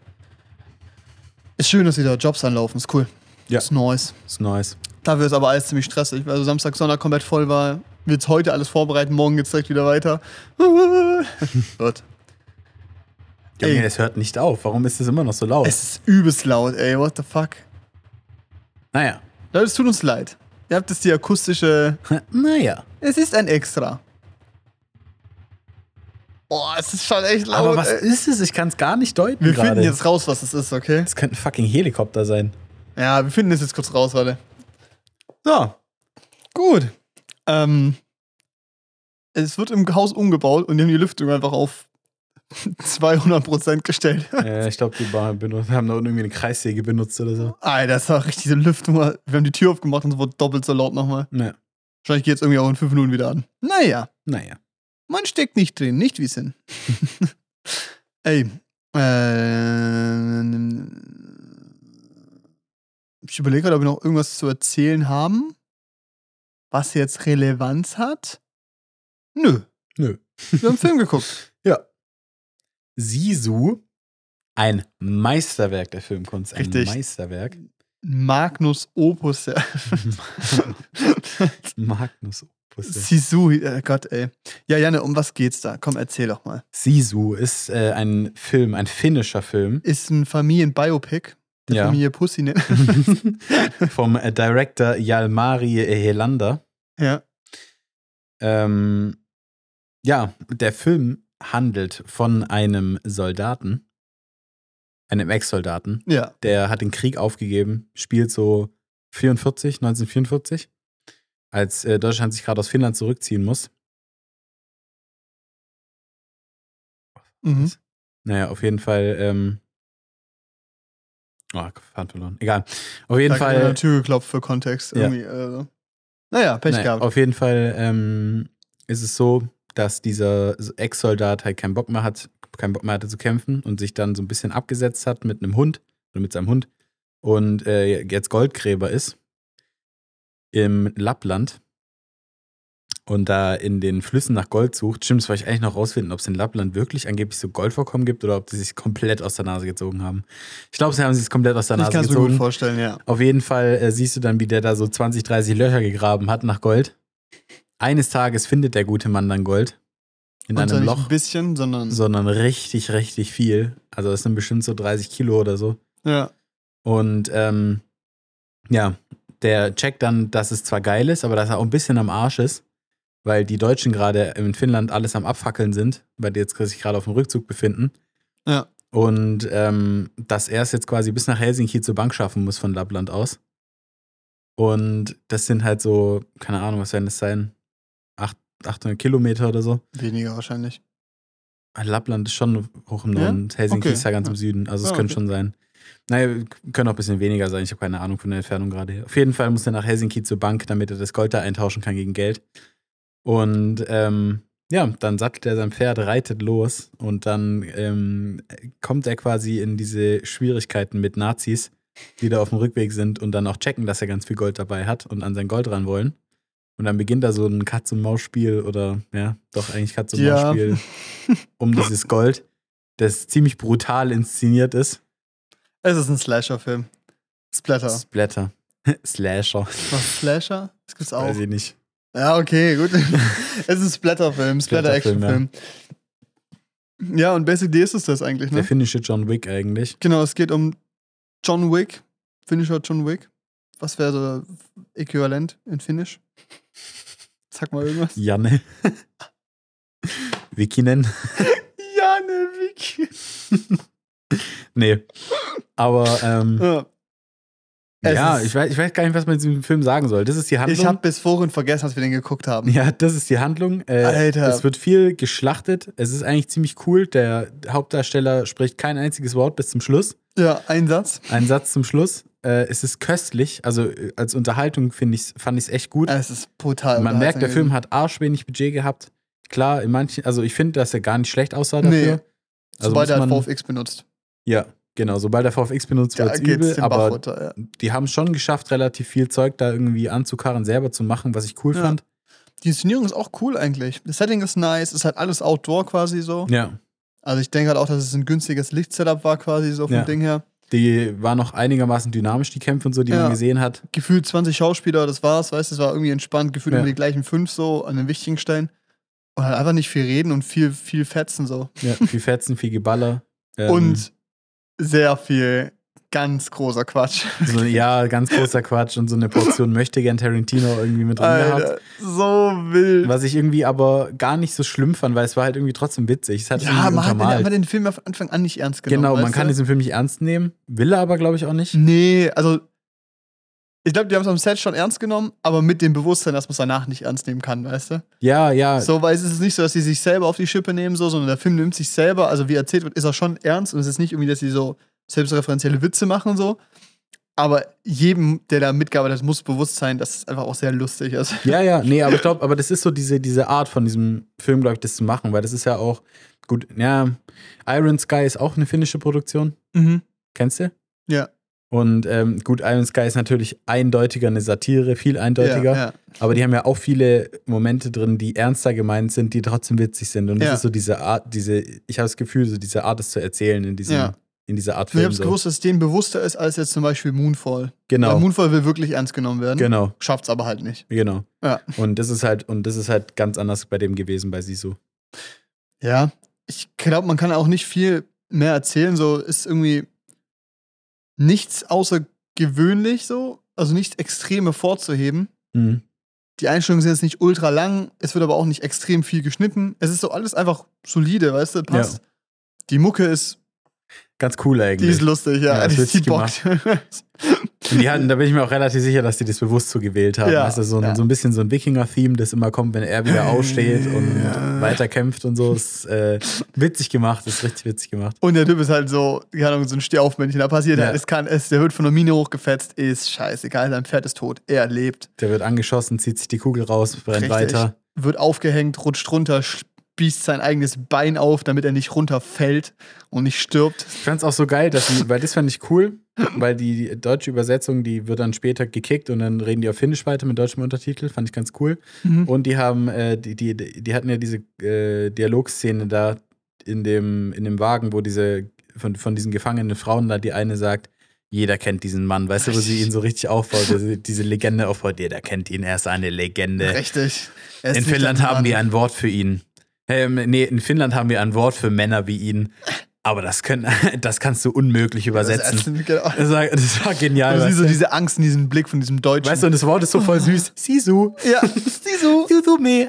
Speaker 1: Ist schön, dass wieder Jobs anlaufen, ist cool.
Speaker 2: Ja.
Speaker 1: Ist nice.
Speaker 2: Ist nice.
Speaker 1: Dafür ist aber alles ziemlich stressig. weil Also Samstag, Sonntag komplett voll war. Wir jetzt heute alles vorbereiten, morgen geht's direkt wieder weiter. Gott. Ey.
Speaker 2: Junge, es hört nicht auf. Warum ist es immer noch so laut?
Speaker 1: Es ist übelst laut, ey. What the fuck?
Speaker 2: naja.
Speaker 1: Leute, es tut uns leid. Ihr habt jetzt die akustische.
Speaker 2: naja.
Speaker 1: Es ist ein Extra. Boah, es ist schon echt laut.
Speaker 2: Aber was
Speaker 1: ey.
Speaker 2: ist es? Ich kann es gar nicht deuten.
Speaker 1: äh, Wir
Speaker 2: gerade.
Speaker 1: finden jetzt raus, was es ist, okay?
Speaker 2: Es könnte ein fucking Helikopter sein.
Speaker 1: Ja, wir finden es jetzt kurz raus, Leute.
Speaker 2: So.
Speaker 1: Gut. Ähm, es wird im Haus umgebaut und die haben die Lüftung einfach auf 200% gestellt.
Speaker 2: Äh, ich glaube, die waren benutzt, haben da unten irgendwie eine Kreissäge benutzt oder so.
Speaker 1: Alter, das war richtig so Lüftung. Wir haben die Tür aufgemacht und es wurde doppelt so laut nochmal.
Speaker 2: Naja.
Speaker 1: Wahrscheinlich geht es irgendwie auch in fünf Minuten wieder an. Naja,
Speaker 2: Naja.
Speaker 1: man steckt nicht drin, nicht wissen. Ey, ähm, ich überlege gerade, ob wir noch irgendwas zu erzählen haben, was jetzt Relevanz hat. Nö,
Speaker 2: Nö.
Speaker 1: wir haben einen Film geguckt.
Speaker 2: Sisu, ein Meisterwerk der Filmkunst. Ein
Speaker 1: Richtig.
Speaker 2: Meisterwerk.
Speaker 1: Magnus Opus. ja.
Speaker 2: Magnus Opus.
Speaker 1: Sisu, äh, Gott, ey. Ja, Janne, um was geht's da? Komm, erzähl doch mal.
Speaker 2: Sisu ist äh, ein Film, ein finnischer Film.
Speaker 1: Ist ein Familienbiopic. Der
Speaker 2: Ja.
Speaker 1: Familie Pussy, ne?
Speaker 2: Vom äh, Director Jalmari Helander.
Speaker 1: ja.
Speaker 2: Ähm, ja, der Film handelt von einem Soldaten, einem Ex-Soldaten,
Speaker 1: Ja.
Speaker 2: der hat den Krieg aufgegeben, spielt so 44, 1944, als äh, Deutschland sich gerade aus Finnland zurückziehen muss.
Speaker 1: Mhm.
Speaker 2: Naja, auf jeden Fall. Ähm, oh, Faden verloren. Egal. Auf jeden
Speaker 1: da hat an
Speaker 2: Fall.
Speaker 1: der Tür geklopft für Kontext.
Speaker 2: Ja.
Speaker 1: Irgendwie, also. Naja, Pech
Speaker 2: Naja,
Speaker 1: gehabt.
Speaker 2: Auf jeden Fall ähm, ist es so, dass dieser Ex-Soldat halt keinen Bock mehr hat, keinen Bock mehr hatte zu kämpfen und sich dann so ein bisschen abgesetzt hat mit einem Hund oder mit seinem Hund und äh, jetzt Goldgräber ist im Lappland und da in den Flüssen nach Gold sucht. Stimmt, das wollte ich eigentlich noch rausfinden, ob es in Lappland wirklich angeblich so Goldvorkommen gibt oder ob die sich komplett aus der Nase gezogen haben. Ich glaube, sie haben sich komplett aus der
Speaker 1: ich
Speaker 2: Nase um
Speaker 1: kann es mir
Speaker 2: gezogen.
Speaker 1: gut vorstellen, ja.
Speaker 2: Auf jeden Fall äh, siehst du dann, wie der da so 20, 30 Löcher gegraben hat nach Gold. Eines Tages findet der gute Mann dann Gold in
Speaker 1: Und zwar
Speaker 2: einem
Speaker 1: nicht
Speaker 2: Loch,
Speaker 1: ein bisschen, sondern.
Speaker 2: sondern richtig, richtig viel. Also das sind bestimmt so 30 Kilo oder so.
Speaker 1: Ja.
Speaker 2: Und ähm, ja, der checkt dann, dass es zwar geil ist, aber dass er auch ein bisschen am Arsch ist, weil die Deutschen gerade in Finnland alles am Abfackeln sind, weil die jetzt sich gerade auf dem Rückzug befinden.
Speaker 1: Ja.
Speaker 2: Und ähm, dass er es jetzt quasi bis nach Helsinki zur Bank schaffen muss von Lappland aus. Und das sind halt so, keine Ahnung, was werden das sein? Acht- 800 Kilometer oder so.
Speaker 1: Weniger wahrscheinlich.
Speaker 2: Lappland ist schon hoch im
Speaker 1: Ja?
Speaker 2: Norden. Helsinki
Speaker 1: Okay,
Speaker 2: ist ja ganz im
Speaker 1: ja.
Speaker 2: Süden. Also es
Speaker 1: Ah,
Speaker 2: könnte
Speaker 1: okay.
Speaker 2: schon sein. Naja, können auch ein bisschen weniger sein. Ich habe keine Ahnung von der Entfernung gerade. Auf jeden Fall muss er nach Helsinki zur Bank, damit er das Gold da eintauschen kann gegen Geld. Und ähm, ja, dann sattelt er sein Pferd, reitet los und dann ähm, kommt er quasi in diese Schwierigkeiten mit Nazis, die da auf dem Rückweg sind und dann auch checken, dass er ganz viel Gold dabei hat und an sein Gold ran wollen. Und dann beginnt da so ein Katz-und-Maus-Spiel oder, ja, doch eigentlich
Speaker 1: Ja.
Speaker 2: Katz-und-Maus-Spiel um dieses Gold, das ziemlich brutal inszeniert ist.
Speaker 1: Es ist ein Slasher-Film. Splatter.
Speaker 2: Splatter. Slasher.
Speaker 1: Was Slasher? Das gibt's auch.
Speaker 2: Weiß ich nicht.
Speaker 1: Ja, okay, gut. es ist ein Splatter-Film, Splatter-Action-Film. Ja. und basically ist es das eigentlich,
Speaker 2: Der
Speaker 1: ne?
Speaker 2: finnische John Wick eigentlich.
Speaker 1: Genau, es geht um John Wick, Finisher John Wick. Was wäre so äquivalent in Finnisch? Sag mal irgendwas.
Speaker 2: Janne. Wikinen.
Speaker 1: Janne Wiki.
Speaker 2: Nee. Aber, ähm,
Speaker 1: Ja, Es
Speaker 2: ja,
Speaker 1: ist-
Speaker 2: ich weiß, ich weiß gar nicht, was man zu diesem Film sagen soll. Das ist die Handlung.
Speaker 1: ich habe bis vorhin vergessen, dass wir den geguckt haben.
Speaker 2: Ja, das ist die Handlung. Äh,
Speaker 1: Alter.
Speaker 2: Es wird viel geschlachtet. Es ist eigentlich ziemlich cool. Der Hauptdarsteller spricht kein einziges Wort bis zum Schluss.
Speaker 1: Ja, ein Satz.
Speaker 2: Ein Satz zum Schluss. Äh, es ist köstlich. Also äh, als Unterhaltung find ich's, fand ich es echt gut.
Speaker 1: Es ist brutal.
Speaker 2: Man merkt, der Film
Speaker 1: unterhaltsam
Speaker 2: hat arschwenig Budget gehabt. Klar, in manchen, also ich finde, dass er gar nicht schlecht aussah dafür.
Speaker 1: Nee. gewesen.
Speaker 2: also
Speaker 1: Sobald
Speaker 2: muss
Speaker 1: er hat
Speaker 2: man-
Speaker 1: VFX benutzt.
Speaker 2: Ja, genau. Sobald der VFX benutzt
Speaker 1: Da
Speaker 2: wird,
Speaker 1: geht's
Speaker 2: übel.
Speaker 1: den Bach
Speaker 2: Aber
Speaker 1: runter. Ja.
Speaker 2: die haben schon geschafft, relativ viel Zeug da irgendwie anzukarren, selber zu machen, was ich cool
Speaker 1: Ja.
Speaker 2: fand.
Speaker 1: Die Inszenierung ist auch cool eigentlich. Das Setting ist nice, ist halt alles Outdoor quasi so.
Speaker 2: Ja.
Speaker 1: Also ich denke halt auch, dass es ein günstiges Lichtsetup war quasi so vom
Speaker 2: Ja.
Speaker 1: Ding her.
Speaker 2: Die waren noch einigermaßen dynamisch, die Kämpfe und so, die
Speaker 1: Ja.
Speaker 2: man gesehen hat.
Speaker 1: Gefühlt 20 Schauspieler, das war's, weißt du, es war irgendwie entspannt, gefühlt
Speaker 2: Ja.
Speaker 1: immer die gleichen fünf so an den wichtigen Stellen. Und halt einfach nicht viel reden und viel, viel fetzen so.
Speaker 2: Ja, viel Fetzen, viel Geballer. Ähm,
Speaker 1: Und sehr viel ganz großer Quatsch.
Speaker 2: so, ja, ganz großer Quatsch und so eine Portion möchte gern Tarantino irgendwie mit drin gehabt.
Speaker 1: Alter, so wild.
Speaker 2: Was ich irgendwie aber gar nicht so schlimm fand, weil es war halt irgendwie trotzdem witzig. Es hat
Speaker 1: ja,
Speaker 2: irgendwie
Speaker 1: man hat den,
Speaker 2: untermalt.
Speaker 1: aber den Film ja von Anfang an nicht ernst genommen.
Speaker 2: genau, man
Speaker 1: weißt du?
Speaker 2: kann diesen Film nicht ernst nehmen, will er aber, glaube ich, auch nicht.
Speaker 1: Nee, also ich glaube, die haben es am Set schon ernst genommen, aber mit dem Bewusstsein, dass man es danach nicht ernst nehmen kann, weißt du?
Speaker 2: Ja, ja,
Speaker 1: So, weil es ist nicht so, dass sie sich selber auf die Schippe nehmen, so, sondern der Film nimmt sich selber, also wie erzählt wird, ist er schon ernst und es ist nicht irgendwie, dass sie so selbstreferenzielle Witze machen und so. Aber jedem, der da mitgearbeitet hat, muss bewusst sein, dass es einfach auch sehr lustig ist.
Speaker 2: Ja, ja, nee, aber ich glaube, aber das ist so diese, diese Art von diesem Film, glaube ich, das zu machen, weil das ist ja auch, gut, ja, Iron Sky ist auch eine finnische Produktion,
Speaker 1: Mhm.
Speaker 2: kennst du?
Speaker 1: Ja.
Speaker 2: Und ähm, gut, Iron Sky ist natürlich eindeutiger eine Satire, viel eindeutiger,
Speaker 1: Ja, ja.
Speaker 2: aber die haben ja auch viele Momente drin, die ernster gemeint sind, die trotzdem witzig sind. Und das
Speaker 1: Ja.
Speaker 2: ist so diese Art, diese, ich habe das Gefühl, so diese Art, es zu erzählen in, diesem,
Speaker 1: Ja.
Speaker 2: in dieser Art
Speaker 1: Ich
Speaker 2: Film.
Speaker 1: hab's
Speaker 2: so.
Speaker 1: gewusst, dass es dem bewusster ist als jetzt zum Beispiel Moonfall. Weil
Speaker 2: Genau,
Speaker 1: Moonfall will wirklich ernst genommen werden,
Speaker 2: genau,
Speaker 1: schafft's aber halt nicht.
Speaker 2: genau.
Speaker 1: Ja.
Speaker 2: Und das ist halt, und das ist halt ganz anders bei dem gewesen, bei Sisu.
Speaker 1: Ja, ich glaube, man kann auch nicht viel mehr erzählen. So ist irgendwie nichts außergewöhnlich so, also nichts Extreme vorzuheben.
Speaker 2: Mhm.
Speaker 1: Die Einstellungen sind jetzt nicht ultra lang, es wird aber auch nicht extrem viel geschnitten. Es ist so alles einfach solide, weißt du, passt. Die Mucke ist,
Speaker 2: Ganz cool
Speaker 1: die
Speaker 2: eigentlich.
Speaker 1: ist lustig, ja,
Speaker 2: Ja, ist
Speaker 1: die, die
Speaker 2: witzig
Speaker 1: bockt.
Speaker 2: Und die hatten, da bin ich mir auch relativ sicher, dass die das bewusst so gewählt haben.
Speaker 1: Ja,
Speaker 2: also so ein,
Speaker 1: ja.
Speaker 2: so ein bisschen so ein Wikinger-Theme, das immer kommt, wenn er wieder aufsteht und
Speaker 1: Ja.
Speaker 2: weiterkämpft und so. Ist äh, witzig gemacht, ist richtig witzig gemacht.
Speaker 1: Und der Typ ist halt so, keine Ahnung, so ein Stehaufmännchen. Da passiert
Speaker 2: Ja.
Speaker 1: halt, es kann, es, der wird von einer Mine hochgefetzt, ist scheißegal, sein Pferd ist tot, er lebt.
Speaker 2: Der wird angeschossen, zieht sich die Kugel raus, brennt
Speaker 1: Richtig.
Speaker 2: weiter.
Speaker 1: wird aufgehängt, rutscht runter, spießt sein eigenes Bein auf, damit er nicht runterfällt und nicht stirbt.
Speaker 2: Ich fand's auch so geil, dass die, weil das fand ich cool, weil die deutsche Übersetzung, die wird dann später gekickt und dann reden die auf Finnisch weiter mit deutschem Untertitel. Fand ich ganz cool. Und die haben, äh, die, die, die hatten ja diese äh, Dialogszene da in dem, in dem Wagen, wo diese von, von diesen gefangenen Frauen da die eine sagt, jeder kennt diesen Mann, weißt du, wo sie ihn so richtig aufbaut, diese, diese Legende aufbaut, jeder kennt ihn, er ist eine Legende.
Speaker 1: Richtig. Er ist
Speaker 2: In
Speaker 1: nicht
Speaker 2: Finnland
Speaker 1: ein
Speaker 2: haben wir
Speaker 1: Mann.
Speaker 2: ein Wort für ihn. Ähm, nee, in Finnland haben wir ein Wort für Männer wie ihn. Aber das, können, das kannst du unmöglich übersetzen.
Speaker 1: Das, ist- genau.
Speaker 2: Das war, das war genial.
Speaker 1: Und du siehst
Speaker 2: Weißt,
Speaker 1: so
Speaker 2: du?
Speaker 1: diese Angst in diesem Blick von diesem Deutschen.
Speaker 2: weißt du, und das Wort ist so voll süß. Sisu.
Speaker 1: ja, Sisu,
Speaker 2: Sisu me.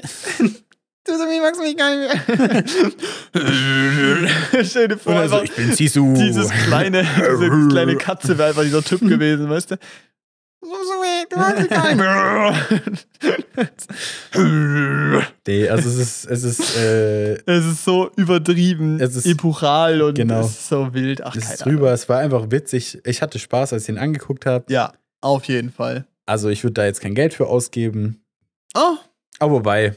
Speaker 1: du so, mich magst mich gar nicht mehr. Stell dir vor,
Speaker 2: Oder so,
Speaker 1: einfach
Speaker 2: also, ich bin Sisu.
Speaker 1: dieses kleine, diese kleine Katze wäre einfach dieser Typ gewesen, weißt du? Du magst mich gar nicht mehr.
Speaker 2: Nee, also es ist, es ist, äh,
Speaker 1: Es ist so übertrieben,
Speaker 2: Es ist-
Speaker 1: epochal und
Speaker 2: genau.
Speaker 1: es ist so wild. Ach,
Speaker 2: es ist
Speaker 1: keine
Speaker 2: drüber, es war einfach witzig. Ich hatte Spaß, als ich ihn angeguckt habe.
Speaker 1: Ahnung. Ja, auf jeden Fall.
Speaker 2: Also ich würde da jetzt kein Geld für ausgeben.
Speaker 1: Oh,
Speaker 2: Aber wobei,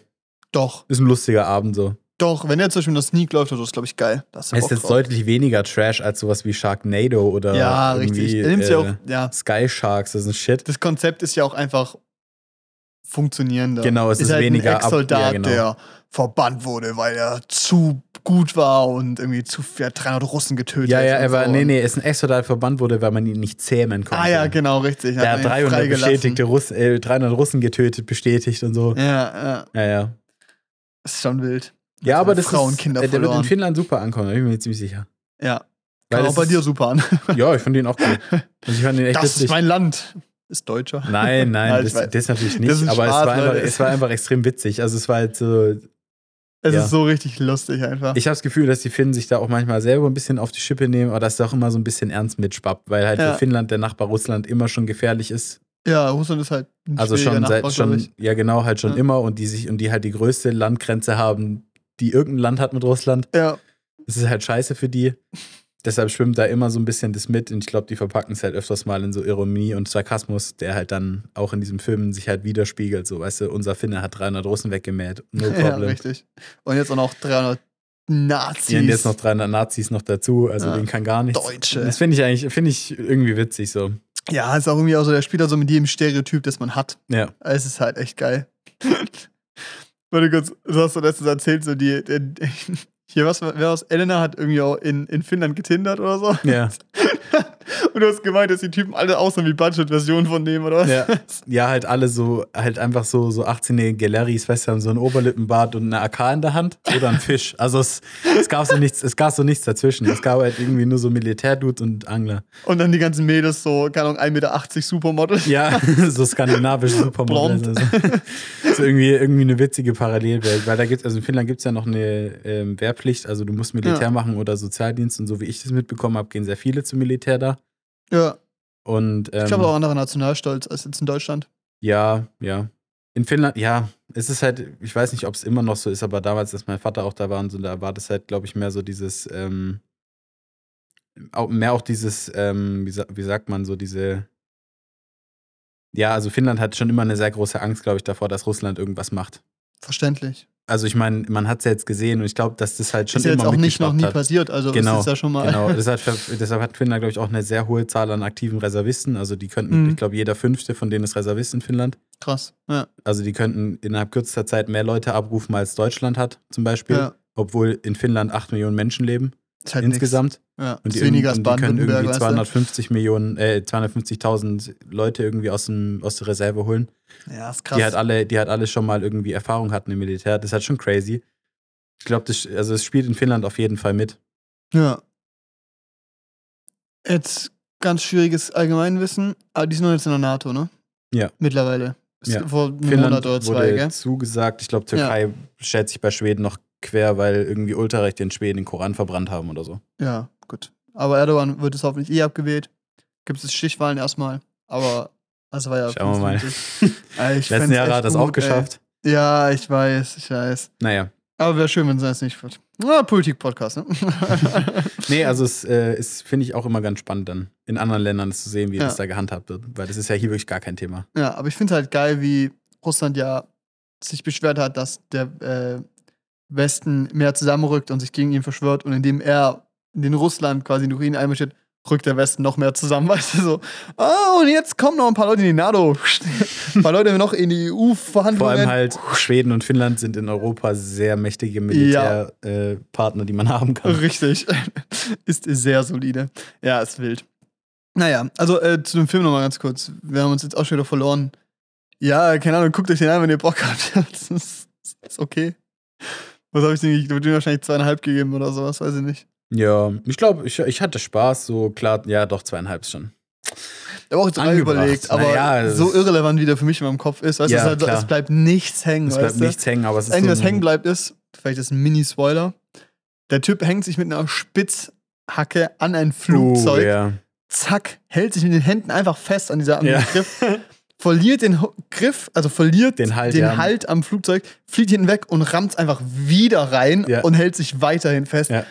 Speaker 1: doch,
Speaker 2: ist ein lustiger Abend so.
Speaker 1: doch. Wenn jetzt zum Beispiel das Sneak läuft, das ist, glaube ich, geil. Das
Speaker 2: Es ist jetzt deutlich weniger Trash als sowas wie Sharknado oder
Speaker 1: Ja,
Speaker 2: irgendwie,
Speaker 1: richtig. Er nimmt ja
Speaker 2: äh,
Speaker 1: auch, ja.
Speaker 2: Sky Sharks, das ist ein Shit.
Speaker 1: Das Konzept ist ja auch einfach funktionierender.
Speaker 2: Genau, es ist
Speaker 1: halt
Speaker 2: weniger
Speaker 1: ein
Speaker 2: ab-
Speaker 1: Ex-Soldat,
Speaker 2: ja, genau.
Speaker 1: der verbannt wurde, weil er zu gut war und irgendwie zu er hat 300 Russen getötet.
Speaker 2: Ja, ja,
Speaker 1: und
Speaker 2: er war,
Speaker 1: so.
Speaker 2: nee, nee, ist ein Exodat verbannt wurde, weil man ihn nicht zähmen konnte.
Speaker 1: Ah ja, genau, richtig.
Speaker 2: Der
Speaker 1: man
Speaker 2: hat
Speaker 1: ihn
Speaker 2: 300
Speaker 1: freigelassen.
Speaker 2: bestätigte Russen, äh, 300 Russen getötet, bestätigt und so. Ja,
Speaker 1: Ja, ja,
Speaker 2: ja. Ja,
Speaker 1: ist schon wild.
Speaker 2: aber das
Speaker 1: Frauen,
Speaker 2: ist,
Speaker 1: Kinder
Speaker 2: äh, der wird in
Speaker 1: verloren.
Speaker 2: Finnland super ankommen, da bin ich mir ziemlich sicher.
Speaker 1: Ja,
Speaker 2: Weil
Speaker 1: kam
Speaker 2: das
Speaker 1: auch bei
Speaker 2: ist-
Speaker 1: dir super an.
Speaker 2: Ja, ich fand ihn auch cool. Also ich fand ihn echt
Speaker 1: Das ist
Speaker 2: witzig.
Speaker 1: mein Land. Ist Deutscher.
Speaker 2: Nein, nein,
Speaker 1: Nein, ich
Speaker 2: das,
Speaker 1: weiß.
Speaker 2: das natürlich nicht.
Speaker 1: Das ist
Speaker 2: aber es,
Speaker 1: Spaß,
Speaker 2: war einfach,
Speaker 1: Leute.
Speaker 2: es war einfach extrem witzig. Also es war halt so.
Speaker 1: Es
Speaker 2: Ja.
Speaker 1: ist so richtig lustig einfach.
Speaker 2: Ich habe das Gefühl, dass die Finnen sich da auch manchmal selber ein bisschen auf die Schippe nehmen, aber dass da auch immer so ein bisschen ernst mitschwappt, weil halt
Speaker 1: Ja.
Speaker 2: für Finnland der Nachbar Russland immer schon gefährlich ist.
Speaker 1: ja, Russland ist halt ein
Speaker 2: Also
Speaker 1: schwieriger
Speaker 2: schon
Speaker 1: Nachbar,
Speaker 2: seit schon,
Speaker 1: glaub
Speaker 2: ja genau, halt schon
Speaker 1: Ja.
Speaker 2: immer und die sich und die halt die größte Landgrenze haben, die irgendein Land hat mit Russland.
Speaker 1: ich. Ja,
Speaker 2: Das ist halt scheiße für die. Deshalb schwimmt da immer so ein bisschen das mit und ich glaube, die verpacken es halt öfters mal in so Ironie und Sarkasmus, der halt dann auch in diesem Film sich halt widerspiegelt. So, weißt du, unser Finne hat 300 Russen weggemäht. No
Speaker 1: ja,
Speaker 2: problem.
Speaker 1: richtig. Und jetzt auch noch 300 Nazis.
Speaker 2: Ja, und jetzt noch 300 Nazis noch dazu, also
Speaker 1: Ja.
Speaker 2: den kann gar nichts.
Speaker 1: Deutsche.
Speaker 2: Das finde ich eigentlich, finde ich irgendwie witzig so.
Speaker 1: Ja, ist auch irgendwie auch so der Spieler so mit jedem Stereotyp, das man hat.
Speaker 2: Ja.
Speaker 1: Es ist halt echt geil. Warte kurz, du hast du letztens erzählt, so die, die hier was, wer was, Elena hat irgendwie auch in, in Finnland getindert oder so.
Speaker 2: Ja.
Speaker 1: Und du hast gemeint, dass die Typen alle aussehen wie Budget-Versionen von dem, oder was?
Speaker 2: Ja. ja, halt alle so, halt einfach so, so 18-jährige Galeries, weißt du, haben so einen Oberlippenbart und eine AK in der Hand oder einen Fisch. Also es, es gab so nichts, es gab so nichts dazwischen. Es gab halt irgendwie nur so Militärdudes und Angler.
Speaker 1: Und dann die ganzen Mädels so, keine Ahnung, 1,80 Meter Supermodel.
Speaker 2: Ja, so skandinavische Supermodels.
Speaker 1: Blond.
Speaker 2: Also. So irgendwie, irgendwie eine witzige Parallelwelt. Weil da gibt also in Finnland gibt es ja noch eine ähm, Wehrpflicht. Also du musst Militär
Speaker 1: Ja.
Speaker 2: machen oder Sozialdienst. Und so wie ich das mitbekommen habe, gehen sehr viele zum Militär da.
Speaker 1: Ja,
Speaker 2: Und ähm,
Speaker 1: ich glaube auch anderer Nationalstolz als jetzt in Deutschland.
Speaker 2: ja, ja. In Finnland, ja, es ist halt, ich weiß nicht, ob es immer noch so ist, aber damals, dass mein Vater auch da war und so, da war das halt, glaube ich, mehr so dieses, ähm, auch, mehr auch dieses, ähm, wie, sa wie sagt man, so diese, ja, also Finnland hat schon immer eine sehr große Angst, glaube ich, davor, dass Russland irgendwas macht.
Speaker 1: Verständlich.
Speaker 2: Also ich meine, man hat es ja jetzt gesehen und ich glaube, dass das halt schon
Speaker 1: ist ja jetzt
Speaker 2: immer
Speaker 1: auch nicht noch
Speaker 2: mitgeschwappt
Speaker 1: nie
Speaker 2: hat.
Speaker 1: passiert, also
Speaker 2: Genau,
Speaker 1: ist jetzt ja schon mal.
Speaker 2: Genau, deshalb, deshalb hat Finnland, glaube ich, auch eine sehr hohe Zahl an aktiven Reservisten. Also die könnten,
Speaker 1: Mhm.
Speaker 2: ich glaube, jeder fünfte von denen ist Reservist in Finnland.
Speaker 1: Krass. Ja,
Speaker 2: Also die könnten innerhalb kürzester Zeit mehr Leute abrufen, als Deutschland hat, zum Beispiel.
Speaker 1: ja.
Speaker 2: Obwohl in Finnland 8 Millionen Menschen leben,
Speaker 1: Ist halt nix.
Speaker 2: insgesamt.
Speaker 1: Ja.
Speaker 2: Und
Speaker 1: ist
Speaker 2: die,
Speaker 1: weniger
Speaker 2: weniger
Speaker 1: als
Speaker 2: und die können
Speaker 1: Baden-Württemberg.
Speaker 2: irgendwie
Speaker 1: weißt du?
Speaker 2: 250 Millionen, äh, 250.000 Leute irgendwie aus, dem, aus der Reserve holen.
Speaker 1: Ja, ist krass.
Speaker 2: Die halt alle, die halt alle schon mal irgendwie Erfahrung hatten im Militär. Das ist halt schon crazy. Ich glaube, das, also es spielt in Finnland auf jeden Fall mit.
Speaker 1: Ja. Jetzt ganz schwieriges Allgemeinwissen, aber die sind doch jetzt in der NATO, ne?
Speaker 2: Ja.
Speaker 1: Mittlerweile. Ist
Speaker 2: Ja.
Speaker 1: Vor einem
Speaker 2: Finnland
Speaker 1: Monat oder zwei,
Speaker 2: wurde
Speaker 1: gell?
Speaker 2: zugesagt. Ich glaube, Türkei schätzt sich bei Schweden noch quer, weil irgendwie Ultrarechte in Schweden den Koran verbrannt haben oder so.
Speaker 1: Ja, gut. Aber Erdogan wird es hoffentlich eh abgewählt. Gibt es Stichwahlen erstmal, aber das war ja.
Speaker 2: Schauen wir mal.
Speaker 1: 55. Ey, ich
Speaker 2: Letzten
Speaker 1: fänd's
Speaker 2: Jahre
Speaker 1: echt
Speaker 2: hat das
Speaker 1: gut,
Speaker 2: auch geschafft.
Speaker 1: Ey. Ja, ich weiß, ich weiß.
Speaker 2: Naja.
Speaker 1: Aber wäre schön, wenn es das nicht wird. Na, Politik-Podcast, ne?
Speaker 2: Nee, also es äh, ist, finde ich, auch immer ganz spannend dann in anderen Ländern das zu sehen, wie
Speaker 1: Ja.
Speaker 2: das da gehandhabt wird. Weil das ist ja hier wirklich gar kein Thema.
Speaker 1: Ja, aber ich finde halt geil, wie Russland ja sich beschwert hat, dass der äh, Westen mehr zusammenrückt und sich gegen ihn verschwört und indem er in den Russland quasi in die Ukraine einmarschiert, rückt der Westen noch mehr zusammen, weißt du, so, oh, und jetzt kommen noch ein paar Leute in die NATO, ein paar Leute noch in die
Speaker 2: Vor allem
Speaker 1: EU-Verhandlungen.
Speaker 2: halt Schweden und Finnland sind in Europa sehr mächtige Militärpartner, äh, Partner, die man haben kann.
Speaker 1: Richtig. Ist sehr solide. Ja, ist wild. Naja, also äh, zu dem Film nochmal ganz kurz. Wir haben uns jetzt auch schon wieder verloren. Ja, keine Ahnung, guckt euch den an, wenn ihr Bock habt. das ist, das ist okay. Was habe ich denn? Ich habe dem wahrscheinlich zweieinhalb gegeben oder sowas, weiß ich nicht.
Speaker 2: Ja, ich glaube, ich, ich hatte Spaß, so klar, ja, doch zweieinhalb schon.
Speaker 1: Ich habe auch drei
Speaker 2: Angebracht.
Speaker 1: überlegt, aber
Speaker 2: Naja, das
Speaker 1: so
Speaker 2: ist-
Speaker 1: irrelevant, wie der für mich in meinem Kopf ist. Weißt du,
Speaker 2: Ja,
Speaker 1: es, ist halt so,
Speaker 2: klar.
Speaker 1: es bleibt nichts hängen.
Speaker 2: Es
Speaker 1: weißt
Speaker 2: bleibt
Speaker 1: du?
Speaker 2: nichts hängen, aber es ist.
Speaker 1: Das Einzige, was
Speaker 2: so ein-
Speaker 1: hängen bleibt, ist, vielleicht ist ein Mini-Spoiler, der Typ hängt sich mit einer Spitzhacke an ein Flugzeug.
Speaker 2: Oh, ja.
Speaker 1: zack, hält sich mit den Händen einfach fest an dieser an dem
Speaker 2: Ja.
Speaker 1: Griff, verliert den Ho- Griff, also verliert
Speaker 2: Den Halt, ja.
Speaker 1: Halt am Flugzeug, fliegt hinten weg und rammt einfach wieder rein
Speaker 2: Ja.
Speaker 1: und hält sich weiterhin fest.
Speaker 2: Ja.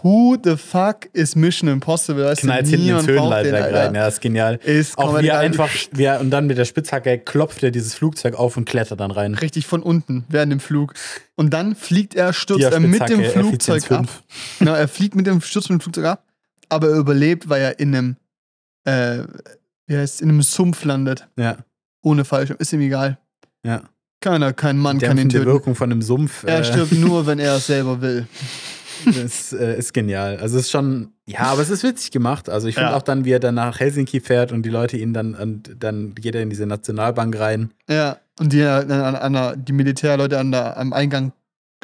Speaker 1: Who the fuck is Mission Impossible? Weißt du,
Speaker 2: Knallt hinten ins
Speaker 1: niemand braucht den,
Speaker 2: Höhenleitwerk
Speaker 1: Alter.
Speaker 2: rein. Ja, ist genial.
Speaker 1: Ist
Speaker 2: Auch
Speaker 1: komplett
Speaker 2: wie er
Speaker 1: egal.
Speaker 2: einfach, wie er, und dann mit der Spitzhacke klopft er dieses Flugzeug auf und klettert dann rein.
Speaker 1: richtig von unten während dem Flug. Und dann fliegt er, stürzt
Speaker 2: Die
Speaker 1: er mit dem
Speaker 2: Spitzhacke, Effizienz
Speaker 1: Flugzeug ab.
Speaker 2: fünf.
Speaker 1: Na, er fliegt mit dem Sturz mit dem Flugzeug ab, aber er überlebt, weil er in einem, äh, wie heißt in einem Sumpf landet.
Speaker 2: Ja.
Speaker 1: Ohne Fallschirm. Ist ihm egal.
Speaker 2: Ja.
Speaker 1: Keiner, kein Mann kann ihn
Speaker 2: Dämpfende äh.
Speaker 1: töten.
Speaker 2: Wirkung von einem Sumpf.
Speaker 1: Er stirbt nur, wenn er es selber will.
Speaker 2: Das äh, ist genial. Also es ist schon, ja, aber es ist witzig gemacht. Also ich finde
Speaker 1: Ja.
Speaker 2: auch dann, wie er dann nach Helsinki fährt und die Leute ihn dann, und dann geht er in diese Nationalbank rein.
Speaker 1: Ja, und die, äh, an, an der, die Militärleute an der, am Eingang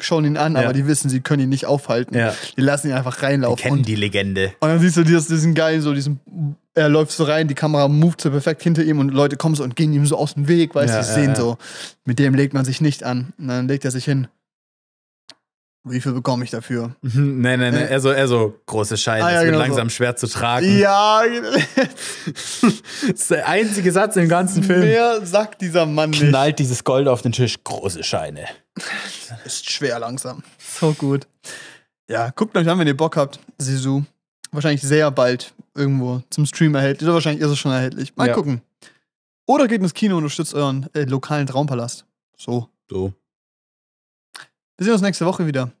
Speaker 1: schauen ihn an,
Speaker 2: Ja.
Speaker 1: aber die wissen, sie können ihn nicht aufhalten.
Speaker 2: Ja,
Speaker 1: Die lassen ihn einfach
Speaker 2: wir
Speaker 1: reinlaufen.
Speaker 2: kennen
Speaker 1: Und,
Speaker 2: die Legende.
Speaker 1: und dann siehst du dieses, diesen geilen, so diesen, er läuft so rein, die Kamera moved so perfekt hinter ihm und Leute kommen so und gehen ihm so aus dem Weg, weißt du,
Speaker 2: Ja,
Speaker 1: sie
Speaker 2: ja,
Speaker 1: sehen
Speaker 2: ja.
Speaker 1: so, mit dem legt man sich nicht an. Und dann legt er sich hin. Wie viel bekomme ich dafür?
Speaker 2: Mhm, Nee, nee, nee.
Speaker 1: Äh.
Speaker 2: Er so, er so, große Schein,
Speaker 1: Ah, ja,
Speaker 2: das wird
Speaker 1: genau
Speaker 2: langsam schwer zu tragen.
Speaker 1: Ja,
Speaker 2: das ist der einzige Satz im ganzen Film.
Speaker 1: mehr sagt dieser Mann nicht.
Speaker 2: Knallt dieses Gold auf den Tisch, große Scheine.
Speaker 1: Ist schwer langsam. So gut. Ja, guckt euch an, wenn ihr Bock habt. Sisu. Wahrscheinlich sehr bald irgendwo zum Stream erhältlich. Oder wahrscheinlich ist es schon erhältlich. Mal
Speaker 2: Ja.
Speaker 1: gucken. Oder geht ins Kino und unterstützt euren äh, lokalen Traumpalast. So.
Speaker 2: So.
Speaker 1: Wir sehen uns nächste Woche wieder.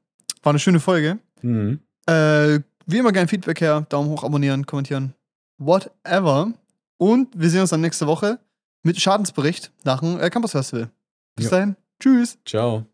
Speaker 1: War eine schöne Folge.
Speaker 2: Mhm.
Speaker 1: Äh, wie immer gerne Feedback her. Daumen hoch, abonnieren, kommentieren. Whatever. Und wir sehen uns dann nächste Woche mit Schadensbericht nach dem äh, Campus Festival. Bis
Speaker 2: Jo.
Speaker 1: dahin. Tschüss.
Speaker 2: Ciao.